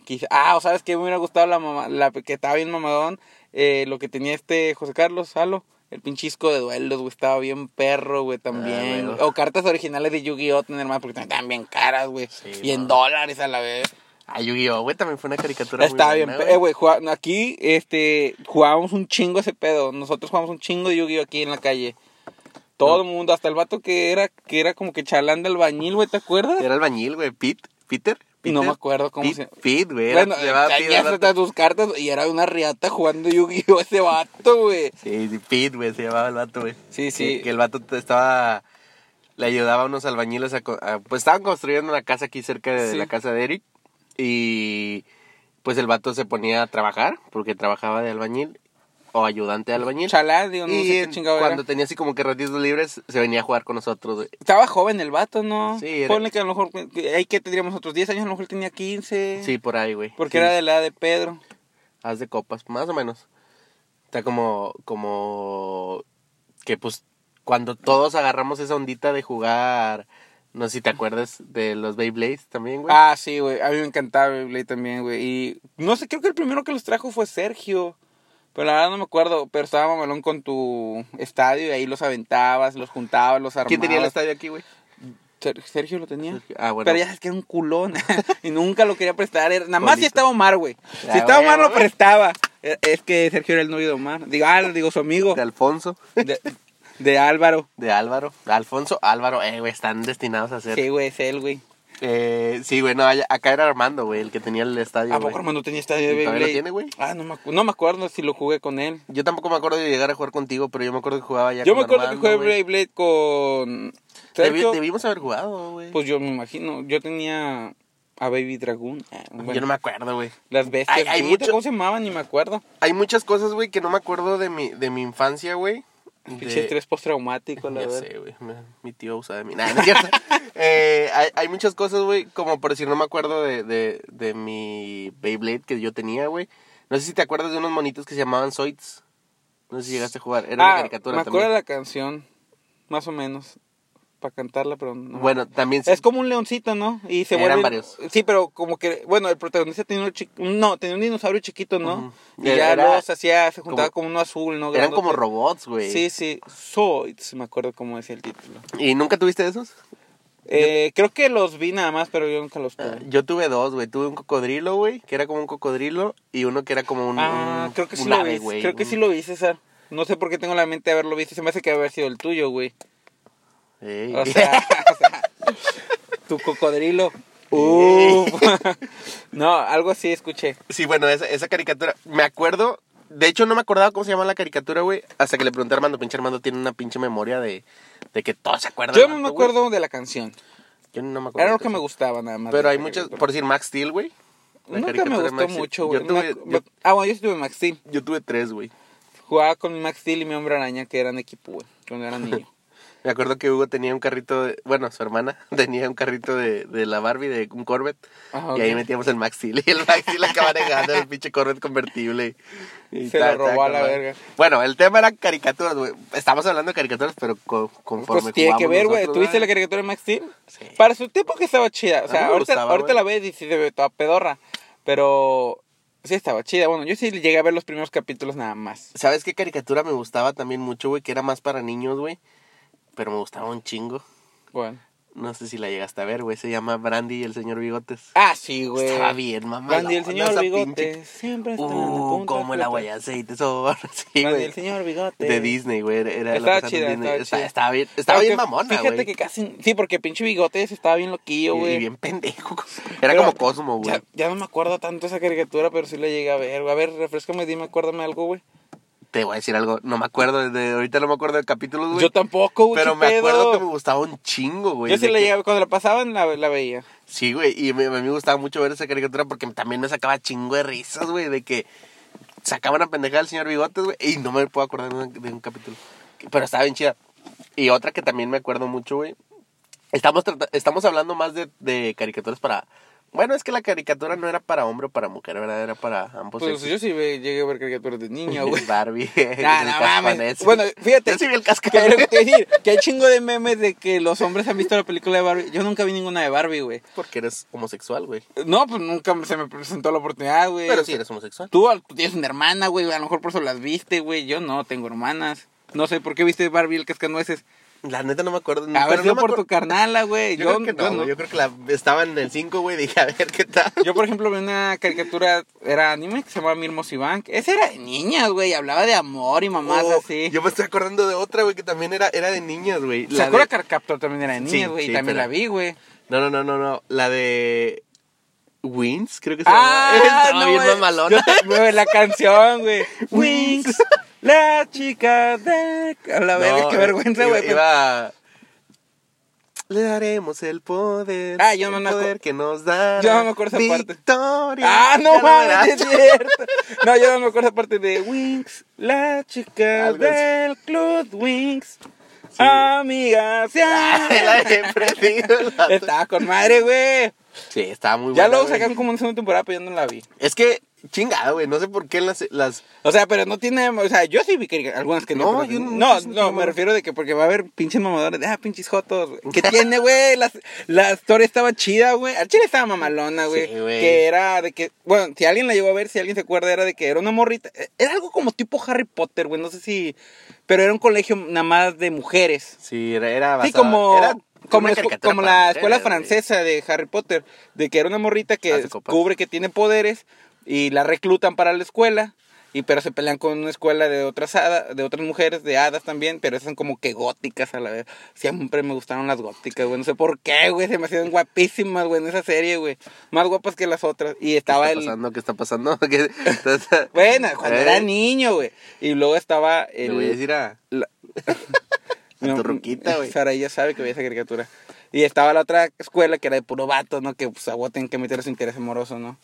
Speaker 2: Quizá- ah, o sabes que me hubiera gustado la mamá, la que estaba bien mamadón, eh, lo que tenía este José Carlos Salo, el pinchisco de duelos, güey, estaba bien perro, güey, también.
Speaker 1: Ah,
Speaker 2: güey.
Speaker 1: bueno.
Speaker 2: O cartas originales de Yu-Gi-Oh! tener más, porque estaban bien caras, güey.
Speaker 1: Sí,
Speaker 2: y en
Speaker 1: no.
Speaker 2: dólares a la vez.
Speaker 1: Ah, Yu-Gi-Oh, güey, también fue una caricatura
Speaker 2: Estaba
Speaker 1: muy
Speaker 2: bien,
Speaker 1: buena,
Speaker 2: pe- eh, güey, jugá- aquí, este, jugábamos un chingo ese pedo. Nosotros jugábamos un chingo de Yu-Gi-Oh! aquí en la calle. Todo el mundo, hasta el vato que era, que era como que chalán de albañil, güey, ¿te acuerdas?
Speaker 1: Era albañil, güey. Pete, Peter. Peter.
Speaker 2: No me acuerdo cómo
Speaker 1: Pete,
Speaker 2: se-
Speaker 1: Pete, güey.
Speaker 2: Bueno,
Speaker 1: era- llevaba Pete
Speaker 2: ya
Speaker 1: al-
Speaker 2: hasta sus cartas y era una riata jugando Yu-Gi-Oh! [LAUGHS] ese vato, güey.
Speaker 1: Sí, sí, Pete, güey, se llamaba el vato, güey.
Speaker 2: Sí,
Speaker 1: Que-
Speaker 2: sí.
Speaker 1: Que, el vato te estaba... Le ayudaba a unos albañiles a... co- a- pues estaban construyendo una casa aquí cerca de
Speaker 2: Sí.
Speaker 1: la casa de Eric. Y... Pues el vato se ponía a trabajar, porque trabajaba de albañil o ayudante de albañil.
Speaker 2: Chalán, digo, no
Speaker 1: y
Speaker 2: sé qué
Speaker 1: en-
Speaker 2: chingado era.
Speaker 1: cuando tenía así como que ratitos libres, se venía a jugar con nosotros, güey.
Speaker 2: Estaba joven el vato, ¿no?
Speaker 1: Sí, era-
Speaker 2: Ponle que a lo mejor, que- ahí que tendríamos otros 10 años, a lo mejor tenía 15.
Speaker 1: Sí, por ahí, güey. Sí.
Speaker 2: Porque era de la edad de Pedro.
Speaker 1: Haz de copas, más o menos. Está como, como que pues cuando todos agarramos esa ondita de jugar, no sé si te acuerdas de los Beyblades también, güey.
Speaker 2: Ah, sí, güey. A mí me encantaba Beyblade también, güey. Y no sé, creo que el primero que los trajo fue Sergio. Pero la verdad no me acuerdo, pero estaba mamalón con tu estadio y ahí los aventabas, los juntabas, los armabas.
Speaker 1: ¿Quién tenía el estadio aquí, güey?
Speaker 2: Ser- Sergio lo tenía.
Speaker 1: Sergio. Ah, bueno.
Speaker 2: Pero ya sabes que era un culón. [LAUGHS] y nunca lo quería prestar. era- nada más si
Speaker 1: Solito.
Speaker 2: estaba Omar, güey.
Speaker 1: Ya,
Speaker 2: Si estaba
Speaker 1: güey,
Speaker 2: Omar, lo
Speaker 1: güey.
Speaker 2: prestaba. Eh, Es que Sergio era el novio de Omar. Digo, ah, digo, su amigo.
Speaker 1: De Alfonso,
Speaker 2: De, de Álvaro.
Speaker 1: de Álvaro. Alfonso, Álvaro, eh, güey, están destinados a ser.
Speaker 2: Sí, güey, es él, güey.
Speaker 1: Eh, sí, güey, no, allá- acá era Armando, güey, el que tenía el estadio.
Speaker 2: ¿A
Speaker 1: güey.
Speaker 2: poco Armando tenía estadio de
Speaker 1: ¿Y todavía lo
Speaker 2: Beyblade?
Speaker 1: tiene, güey?
Speaker 2: Ah, no me, acu- no me acuerdo si lo jugué con él.
Speaker 1: Yo tampoco me acuerdo de llegar a jugar contigo, pero yo me acuerdo que jugaba ya
Speaker 2: Yo
Speaker 1: con
Speaker 2: me acuerdo
Speaker 1: Armando,
Speaker 2: que
Speaker 1: güey.
Speaker 2: jugué Beyblade con
Speaker 1: Debi-
Speaker 2: Sergio.
Speaker 1: debimos haber jugado, güey.
Speaker 2: Pues yo me imagino. Yo tenía a Baby Dragoon. Ah, bueno,
Speaker 1: Yo no me acuerdo, güey.
Speaker 2: Las bestias.
Speaker 1: Hay- hay
Speaker 2: puta,
Speaker 1: mucho-
Speaker 2: ¿Cómo se llamaban? Ni me acuerdo.
Speaker 1: Hay muchas cosas, güey, que no me acuerdo de mi, de mi infancia, güey.
Speaker 2: Pinche
Speaker 1: De-
Speaker 2: estrés postraumático, la
Speaker 1: Ya
Speaker 2: verdad.
Speaker 1: sé, güey. me- Mi tío usa de mí. [LAUGHS] Nah, no es cierto. Eh, hay, hay muchas cosas, güey, como por decir, no me acuerdo de, de, de mi Beyblade que yo tenía, güey. No sé si te acuerdas de unos monitos que se llamaban Zoids. No sé si llegaste a jugar. Era una
Speaker 2: Ah,
Speaker 1: caricatura
Speaker 2: me acuerdo
Speaker 1: también.
Speaker 2: de la canción, más o menos, para cantarla, pero no.
Speaker 1: Bueno, también...
Speaker 2: Es como un leoncito, ¿no? Y se
Speaker 1: Eran
Speaker 2: vuelven-
Speaker 1: varios.
Speaker 2: Sí, pero como que, bueno, el protagonista tenía un chico, no, tenía un dinosaurio chiquito, ¿no?
Speaker 1: Ujú.
Speaker 2: Y ya
Speaker 1: Era-
Speaker 2: luego se hacía, se juntaba
Speaker 1: como-
Speaker 2: como, uno azul, ¿no?
Speaker 1: eran
Speaker 2: Grandote.
Speaker 1: como robots, güey.
Speaker 2: Sí, sí, Zoids, me acuerdo cómo decía el título.
Speaker 1: ¿Y nunca tuviste esos?
Speaker 2: Eh, creo que los vi nada más, pero yo nunca los tuve.
Speaker 1: Ah, Yo tuve dos, güey. Tuve un cocodrilo, güey, que era como un cocodrilo, y uno que era como un.
Speaker 2: ah,
Speaker 1: un-
Speaker 2: creo que sí
Speaker 1: un
Speaker 2: lo
Speaker 1: ave,
Speaker 2: vi,
Speaker 1: güey.
Speaker 2: creo que sí lo vi, César. No sé por qué tengo la mente de haberlo visto, se me hace que haber sido el tuyo, güey.
Speaker 1: Ey.
Speaker 2: O sea, o sea, [LAUGHS] tu cocodrilo.
Speaker 1: Uh.
Speaker 2: [LAUGHS] no, algo así escuché.
Speaker 1: Sí, bueno, esa, esa caricatura. Me acuerdo. De hecho, no me acordaba cómo se llamaba la caricatura, güey. Hasta que le pregunté a Armando. Pinche Armando tiene una pinche memoria de, de que todos se acuerdan.
Speaker 2: Yo
Speaker 1: del
Speaker 2: no me
Speaker 1: vato, güey.
Speaker 2: acuerdo de la canción.
Speaker 1: Yo no me acuerdo.
Speaker 2: Era lo
Speaker 1: de
Speaker 2: que me
Speaker 1: eso.
Speaker 2: gustaba nada más.
Speaker 1: Pero
Speaker 2: de
Speaker 1: hay
Speaker 2: la
Speaker 1: muchas.
Speaker 2: caricatura.
Speaker 1: Por decir, Max Steel, güey. La
Speaker 2: Nunca me
Speaker 1: caricatura de
Speaker 2: gustó
Speaker 1: Max Steel.
Speaker 2: mucho, güey.
Speaker 1: Yo tuve,
Speaker 2: Me-
Speaker 1: yo,
Speaker 2: me- Ah, bueno, yo sí tuve Max Steel.
Speaker 1: yo tuve tres, güey.
Speaker 2: Jugaba con mi Max Steel y mi hombre araña, que eran equipo, güey, cuando era
Speaker 1: [LAUGHS]
Speaker 2: niño.
Speaker 1: Me acuerdo que Hugo tenía un carrito. De, bueno, su hermana [LAUGHS] tenía un carrito de, de la Barbie, de un Corvette.
Speaker 2: Ah,
Speaker 1: Y ahí
Speaker 2: ok.
Speaker 1: metíamos el Max Steel. [LAUGHS] Y el Max Steel acaba negando el pinche Corvette convertible. Y
Speaker 2: Se
Speaker 1: ta-
Speaker 2: lo
Speaker 1: ta-
Speaker 2: robó a la
Speaker 1: con-
Speaker 2: verga.
Speaker 1: Bueno, el tema eran caricaturas, güey. Estamos hablando de caricaturas, pero co- conforme
Speaker 2: Pues tiene que
Speaker 1: jugamos
Speaker 2: ver, güey.
Speaker 1: nosotros,
Speaker 2: ¿Tuviste la
Speaker 1: ¿verdad?
Speaker 2: caricatura de Max Steel?
Speaker 1: Sí.
Speaker 2: Para su tiempo que estaba chida.
Speaker 1: A
Speaker 2: O
Speaker 1: mí
Speaker 2: sea,
Speaker 1: me
Speaker 2: ahorita,
Speaker 1: gustaba,
Speaker 2: ahorita
Speaker 1: güey.
Speaker 2: la ves y sí se ve toda pedorra. Pero sí estaba chida. Bueno, yo sí llegué a ver los primeros capítulos nada más.
Speaker 1: ¿Sabes qué caricatura me gustaba también mucho, güey? Que era más para niños, güey. Pero me gustaba un chingo.
Speaker 2: Bueno.
Speaker 1: No sé si la llegaste a ver, güey. Se llama Brandy y el señor Bigotes.
Speaker 2: Ah, sí, güey.
Speaker 1: Estaba bien, mamá.
Speaker 2: Brandy, el
Speaker 1: la-
Speaker 2: señor
Speaker 1: esa
Speaker 2: bigote.
Speaker 1: pinche-
Speaker 2: Siempre está en la
Speaker 1: Uh,
Speaker 2: punta,
Speaker 1: como el
Speaker 2: fruta.
Speaker 1: agua y aceite sobre. [LAUGHS] Sí,
Speaker 2: Brandy,
Speaker 1: güey.
Speaker 2: el señor bigote.
Speaker 1: De Disney, güey. Era lo que
Speaker 2: Estaba
Speaker 1: sale en
Speaker 2: chida,
Speaker 1: Disney.
Speaker 2: estaba
Speaker 1: Está-
Speaker 2: chida.
Speaker 1: Estaba bien, estaba bien
Speaker 2: Aunque
Speaker 1: mamona, güey.
Speaker 2: Fíjate que casi. Sí, porque pinche bigotes estaba bien loquillo,
Speaker 1: Y- Y
Speaker 2: güey.
Speaker 1: bien
Speaker 2: [LAUGHS]
Speaker 1: pendejo. Era
Speaker 2: Pero-
Speaker 1: como Cosmo, güey.
Speaker 2: Ya, ya no me acuerdo tanto esa caricatura, pero sí la llegué a ver. güey. A ver, refrescame, dime, acuérdame algo, güey.
Speaker 1: Te voy a decir algo. No me acuerdo. Desde ahorita no me acuerdo de capítulos, güey.
Speaker 2: Yo tampoco, güey.
Speaker 1: Pero
Speaker 2: qué
Speaker 1: me acuerdo
Speaker 2: pedo.
Speaker 1: que me gustaba un chingo, güey.
Speaker 2: Yo sí
Speaker 1: de
Speaker 2: la
Speaker 1: que-
Speaker 2: llegué, a ver, cuando la pasaban la, la veía.
Speaker 1: Sí, güey. Y me, a mí me gustaba mucho ver esa caricatura porque también me sacaba chingo de risas, güey. De que sacaban a pendejar al señor Bigotes, güey. Y no me puedo acordar de un, de un capítulo. Pero estaba bien chida. Y otra que también me acuerdo mucho, güey. Estamos, trata- estamos hablando más de, de caricaturas para... Bueno, es que la caricatura no era para hombre o para mujer, ¿verdad? Era para ambos
Speaker 2: Pues
Speaker 1: sexos.
Speaker 2: yo sí ve- llegué a ver caricaturas de
Speaker 1: [LAUGHS]
Speaker 2: niño, güey. [LAUGHS]
Speaker 1: Barbie.
Speaker 2: Nah,
Speaker 1: el
Speaker 2: no
Speaker 1: casco
Speaker 2: mames.
Speaker 1: danés.
Speaker 2: Bueno, fíjate.
Speaker 1: Yo sí vi el
Speaker 2: Que es lo que
Speaker 1: cascabel.
Speaker 2: te iba a decir, que hay chingo de memes de que los hombres han visto la película de Barbie. Yo nunca vi ninguna de Barbie, güey.
Speaker 1: [LAUGHS] Porque eres homosexual, güey.
Speaker 2: No, pues nunca se me presentó la oportunidad, güey.
Speaker 1: Pero sí eres homosexual.
Speaker 2: Tú, al- tú tienes una hermana, güey, a lo mejor por eso las viste, güey. Yo no, tengo hermanas. No sé por qué viste Barbie el cascanueces.
Speaker 1: La neta no me acuerdo.
Speaker 2: A ver,
Speaker 1: Mm, pero
Speaker 2: si
Speaker 1: no me
Speaker 2: por
Speaker 1: acuerdo-
Speaker 2: tu
Speaker 1: [LAUGHS]
Speaker 2: carnala, güey.
Speaker 1: Yo, creo que no,
Speaker 2: yo
Speaker 1: güey. Yo creo que la, estaba en el 5, güey. Dije, a ver qué tal.
Speaker 2: Yo, por ejemplo, vi una caricatura, era anime, que se llamaba Mirmos y Bank. Esa era de niñas, güey, hablaba de amor y mamás
Speaker 1: Oh,
Speaker 2: así.
Speaker 1: Yo me estoy acordando de otra, güey, que también era, era de niñas, güey. La
Speaker 2: Sakura
Speaker 1: de-
Speaker 2: Carcaptor también era de
Speaker 1: Sí,
Speaker 2: niñas, güey,
Speaker 1: sí,
Speaker 2: y también
Speaker 1: pero-
Speaker 2: la vi, güey.
Speaker 1: No, no, no, no, no. La de. Wins, creo que se
Speaker 2: Ah,
Speaker 1: llamaba. Estaba
Speaker 2: no,
Speaker 1: bien
Speaker 2: güey.
Speaker 1: mamalona.
Speaker 2: Yo te- güey, la canción,
Speaker 1: [LAUGHS]
Speaker 2: güey. Wings, la chica de... A la verga,
Speaker 1: No,
Speaker 2: qué vergüenza,
Speaker 1: iba-
Speaker 2: güey. pero-
Speaker 1: iba- Le daremos el poder.
Speaker 2: Ah, yo no
Speaker 1: el
Speaker 2: me acu-
Speaker 1: poder que nos da.
Speaker 2: Yo no me acuerdo esa parte.
Speaker 1: Victoria.
Speaker 2: Ah, no
Speaker 1: [LAUGHS]
Speaker 2: mames, es
Speaker 1: Ganarás.
Speaker 2: cierto. No, yo no me acuerdo aparte de Wings, la chica
Speaker 1: Algo así.
Speaker 2: del club Wings. Amiga,
Speaker 1: [LAUGHS]
Speaker 2: se
Speaker 1: La de perdido, la-
Speaker 2: Estaba con madre, güey.
Speaker 1: Sí, estaba muy
Speaker 2: Ya
Speaker 1: buena,
Speaker 2: luego
Speaker 1: güey.
Speaker 2: sacaron como una segunda temporada, pero yo no la vi.
Speaker 1: Es que Chingado, güey. No sé por qué las. las...
Speaker 2: O sea, pero no tiene. O sea, yo sí vi que algunas que no.
Speaker 1: No,
Speaker 2: pero-
Speaker 1: yo no-
Speaker 2: no,
Speaker 1: sí,
Speaker 2: no,
Speaker 1: sí,
Speaker 2: me
Speaker 1: no.
Speaker 2: refiero de que porque va a haber pinches mamadores. de, Ah, pinches jotos. güey.
Speaker 1: [LAUGHS]
Speaker 2: ¿Qué tiene, güey? Las- La historia estaba chida, güey. Al chile estaba mamalona, güey.
Speaker 1: Sí, güey.
Speaker 2: Que era de que. Bueno, si alguien la llegó a ver, si alguien se acuerda, era de que era una morrita. eh, Era algo como tipo Harry Potter, güey. No sé si. Pero era un colegio nada más de mujeres.
Speaker 1: Sí, era, era
Speaker 2: Sí,
Speaker 1: basada-
Speaker 2: como,
Speaker 1: era
Speaker 2: como,
Speaker 1: una
Speaker 2: la, escu-
Speaker 1: caricatura
Speaker 2: como
Speaker 1: para
Speaker 2: la
Speaker 1: mujeres,
Speaker 2: escuela
Speaker 1: güey. Ah,
Speaker 2: francesa de Harry Potter, de que era una morrita que
Speaker 1: Hace copas.
Speaker 2: descubre que tiene poderes y la reclutan para la escuela, y pero se pelean con una escuela de otras hadas, de otras mujeres, de hadas también, pero esas son como que góticas a la vez. Siempre me gustaron las góticas, güey, no sé por qué, güey, se me hacían guapísimas, güey, en esa serie, güey. Más guapas que las otras. Y
Speaker 1: ¿Qué
Speaker 2: estaba
Speaker 1: está
Speaker 2: el...
Speaker 1: pasando? ¿Qué está pasando? [LAUGHS] ¿Qué- estás-
Speaker 2: [LAUGHS] Bueno, cuando
Speaker 1: Eh,
Speaker 2: era niño, güey. Y luego estaba el...
Speaker 1: Le voy a decir a. [LAUGHS]
Speaker 2: La- eh,
Speaker 1: A tu ruquita, güey.
Speaker 2: Sara ya sabe que veía esa caricatura. Y estaba la otra escuela que era de puro vato, ¿no? Que pues a huevo tienen que meter su interés amoroso, ¿no?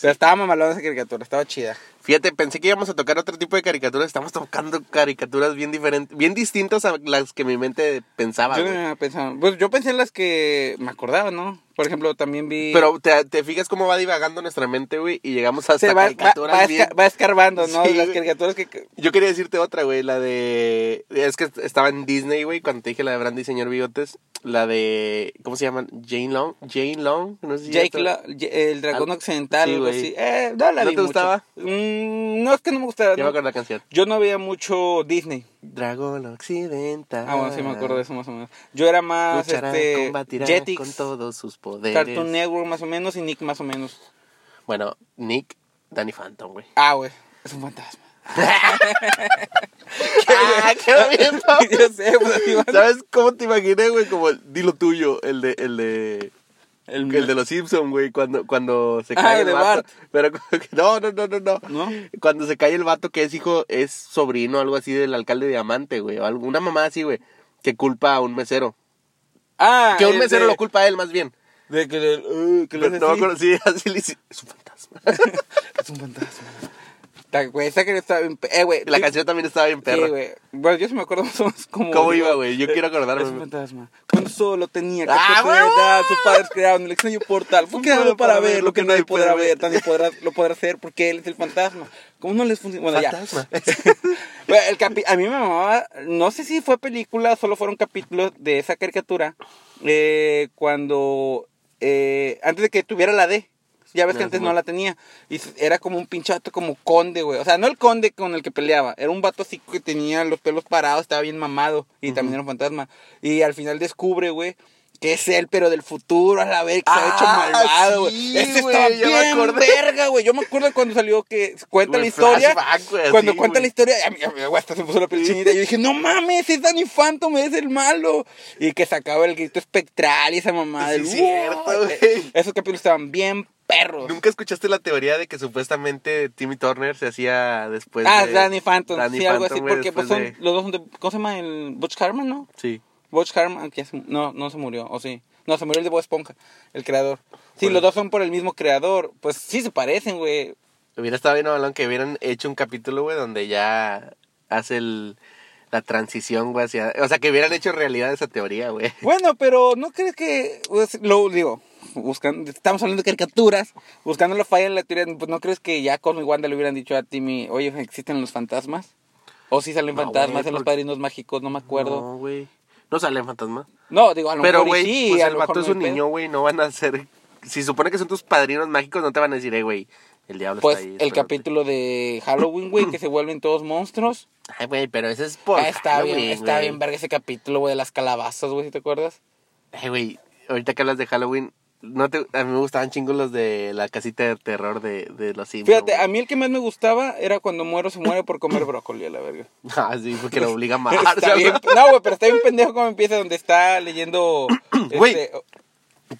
Speaker 2: Pero estaba mamalona esa caricatura, estaba chida.
Speaker 1: Fíjate, pensé que íbamos a tocar otro tipo de caricaturas. Estamos tocando caricaturas bien diferentes, bien distintas a las que mi mente pensaba.
Speaker 2: yo no
Speaker 1: güey.
Speaker 2: me había pensado- Pues yo pensé en las que me acordaba, ¿no? Por ejemplo, también vi.
Speaker 1: Pero te, te fijas cómo va divagando nuestra mente, güey, y llegamos hasta
Speaker 2: se va, va,
Speaker 1: caricaturas
Speaker 2: va
Speaker 1: bien-
Speaker 2: esca- va escarbando, ¿no?
Speaker 1: Sí,
Speaker 2: las
Speaker 1: güey.
Speaker 2: caricaturas que. que-
Speaker 1: Yo quería decirte otra, güey, la de... Es que estaba en Disney, güey, cuando te dije la de Brandy y Señor Bigotes. La de... ¿Cómo se llaman? Jane Long. Jane Long. No sé si ya
Speaker 2: Jake,
Speaker 1: está-
Speaker 2: la- J- el dragón
Speaker 1: Al-
Speaker 2: occidental,
Speaker 1: sí,
Speaker 2: algo
Speaker 1: güey.
Speaker 2: así. Eh, no la
Speaker 1: ¿No
Speaker 2: vi
Speaker 1: te
Speaker 2: mucho.
Speaker 1: gustaba?
Speaker 2: Mm, no es que no me gustaba.
Speaker 1: Ya
Speaker 2: no.
Speaker 1: me acuerdo la canción.
Speaker 2: Yo no veía mucho Disney.
Speaker 1: Dragón Occidental.
Speaker 2: Ah, bueno, sí me acuerdo de eso más o menos. Yo era más
Speaker 1: Luchará,
Speaker 2: este
Speaker 1: combatirá
Speaker 2: Jetix,
Speaker 1: con todos sus poderes.
Speaker 2: Cartoon Network más o menos y Nick más o menos.
Speaker 1: Bueno, Nick, Danny Phantom,
Speaker 2: [LAUGHS]
Speaker 1: güey.
Speaker 2: Ah, güey, es un fantasma.
Speaker 1: [LAUGHS] ¡Ah, qué
Speaker 2: [LAUGHS]
Speaker 1: bien,
Speaker 2: Yo sé, pues así va.
Speaker 1: ¿Sabes cómo te imaginé, güey? Como el dilo tuyo, el de, el de.
Speaker 2: El-
Speaker 1: El de los Simpsons, güey, cuando, cuando se
Speaker 2: Mm. Ah,
Speaker 1: cae
Speaker 2: el
Speaker 1: el
Speaker 2: de
Speaker 1: vato.
Speaker 2: Bart.
Speaker 1: [LAUGHS] Pero como que- no, no, no, no, no.
Speaker 2: ¿No?
Speaker 1: Cuando se cae el vato que es hijo, es sobrino, algo así del alcalde de Diamante, güey. o Alguna mamá así, güey. Que culpa a un mesero.
Speaker 2: Ah,
Speaker 1: que un
Speaker 2: el
Speaker 1: mesero
Speaker 2: de-
Speaker 1: lo culpa a él, más bien.
Speaker 2: De que le, uh, que le
Speaker 1: Pero
Speaker 2: hace
Speaker 1: no me
Speaker 2: así.
Speaker 1: acuerdo, sí, [LAUGHS] así le dice. Es un fantasma. [LAUGHS]
Speaker 2: Es un fantasma. Ta- Güey, esa que estaba bien. pe- Eh, güey.
Speaker 1: La
Speaker 2: sí-
Speaker 1: canción también estaba bien
Speaker 2: Sí,
Speaker 1: perra.
Speaker 2: güey. Bueno, yo sí me acuerdo [LAUGHS] más o menos cómo.
Speaker 1: ¿Cómo iba, güey? Yo quiero acordarme.
Speaker 2: Es un fantasma. Cuando solo tenía que
Speaker 1: ¡Ah,
Speaker 2: de
Speaker 1: huevo!
Speaker 2: edad, sus padres crearon el extraño portal. Fue
Speaker 1: Un
Speaker 2: creado
Speaker 1: pueblo
Speaker 2: para ver lo que nadie podrá
Speaker 1: ver.
Speaker 2: ver, también podrá, lo podrá hacer porque él es el fantasma. ¿Cómo no les funciona? Bueno,
Speaker 1: Fantasma.
Speaker 2: ya. Bueno, el capi- a mí me mamaba, no sé si fue película, solo fueron capítulos de esa caricatura, eh, cuando, eh, antes de que tuviera la D. Ya ves que
Speaker 1: Ah,
Speaker 2: antes
Speaker 1: Simón.
Speaker 2: no la tenía. Y s- era como un pinche vato como conde, güey. O sea, no el conde con el que peleaba. Era un vato así que tenía los pelos parados, estaba bien mamado. Y también era un fantasma. Y al final descubre, güey, que es él, pero del futuro, a la vez, que se ha hecho
Speaker 1: Ah,
Speaker 2: malvado, güey.
Speaker 1: sí,
Speaker 2: Ese
Speaker 1: güey,
Speaker 2: está
Speaker 1: ya me
Speaker 2: bien
Speaker 1: acordé.
Speaker 2: verga, güey. Yo me acuerdo cuando salió que cuenta
Speaker 1: Güey,
Speaker 2: la historia.
Speaker 1: flashback, güey,
Speaker 2: cuando
Speaker 1: así,
Speaker 2: cuenta
Speaker 1: güey.
Speaker 2: la historia, a mí- a mí, güey, hasta se puso la piel chinita. Yo dije, no mames, es Danny Phantom, es el malo. Y que sacaba el grito espectral y esa mamada.
Speaker 1: Sí,
Speaker 2: del,
Speaker 1: es cierto,
Speaker 2: "Wow".
Speaker 1: güey.
Speaker 2: eh, Esos capítulos estaban bien perros.
Speaker 1: ¿Nunca escuchaste la teoría de que supuestamente Timmy Turner se hacía después
Speaker 2: ah,
Speaker 1: pues, de...
Speaker 2: Danny Phantom,
Speaker 1: Danny
Speaker 2: sí, algo
Speaker 1: Phantom,
Speaker 2: así.
Speaker 1: güey,
Speaker 2: Porque pues, son,
Speaker 1: después de-
Speaker 2: los dos son de, ¿cómo se llama? El Butch Carmen, ¿no?
Speaker 1: Sí.
Speaker 2: Butch Hartman, que ya se- no, no se murió, o sí. No, se murió el de Bob Esponja, el creador. Sí,
Speaker 1: Bueno.
Speaker 2: los dos son por el mismo creador. Pues sí se parecen, güey.
Speaker 1: Hubiera estado bien, hablando que hubieran hecho un capítulo, güey, donde ya hace el, la transición, güey, hacia... O sea, que hubieran hecho realidad esa teoría, güey.
Speaker 2: Bueno, pero ¿no crees que pues, lo digo? Buscando, estamos hablando de caricaturas, buscando la falla en la teoría, pues no crees que ya Cosmo y Wanda le hubieran dicho a Timmy, oye, ¿existen los fantasmas? O si salen
Speaker 1: No,
Speaker 2: fantasmas
Speaker 1: güey,
Speaker 2: en los
Speaker 1: porque-
Speaker 2: padrinos mágicos, no me acuerdo.
Speaker 1: No, güey. No sale fantasma.
Speaker 2: No, digo, a lo
Speaker 1: Pero,
Speaker 2: mejor y
Speaker 1: güey,
Speaker 2: sí,
Speaker 1: pues
Speaker 2: a
Speaker 1: el
Speaker 2: lo mejor
Speaker 1: vato es
Speaker 2: no
Speaker 1: un
Speaker 2: hay pedo.
Speaker 1: niño, güey, no van a ser... Si supone que son tus padrinos mágicos, no te van a decir, eh, güey, el diablo
Speaker 2: Pues
Speaker 1: está ahí.
Speaker 2: el
Speaker 1: espérate".
Speaker 2: capítulo de Halloween, güey, que se vuelven todos monstruos.
Speaker 1: Ay, güey, pero ese es por
Speaker 2: Ah, está
Speaker 1: Halloween,
Speaker 2: bien, está
Speaker 1: güey.
Speaker 2: bien verga ese capítulo, güey, de las calabazas, güey, si te acuerdas.
Speaker 1: Ay, güey, ahorita que hablas de Halloween, no te, a mí me gustaban chingos los de la casita de terror de, de los Simpsons.
Speaker 2: Fíjate, a mí el que más me gustaba era cuando muero se muere por comer brócoli, a la verga.
Speaker 1: [LAUGHS] Ah, sí, porque lo obliga a matar.
Speaker 2: Está bien- no, güey, pero está bien pendejo como empieza donde está leyendo...
Speaker 1: Güey,
Speaker 2: este,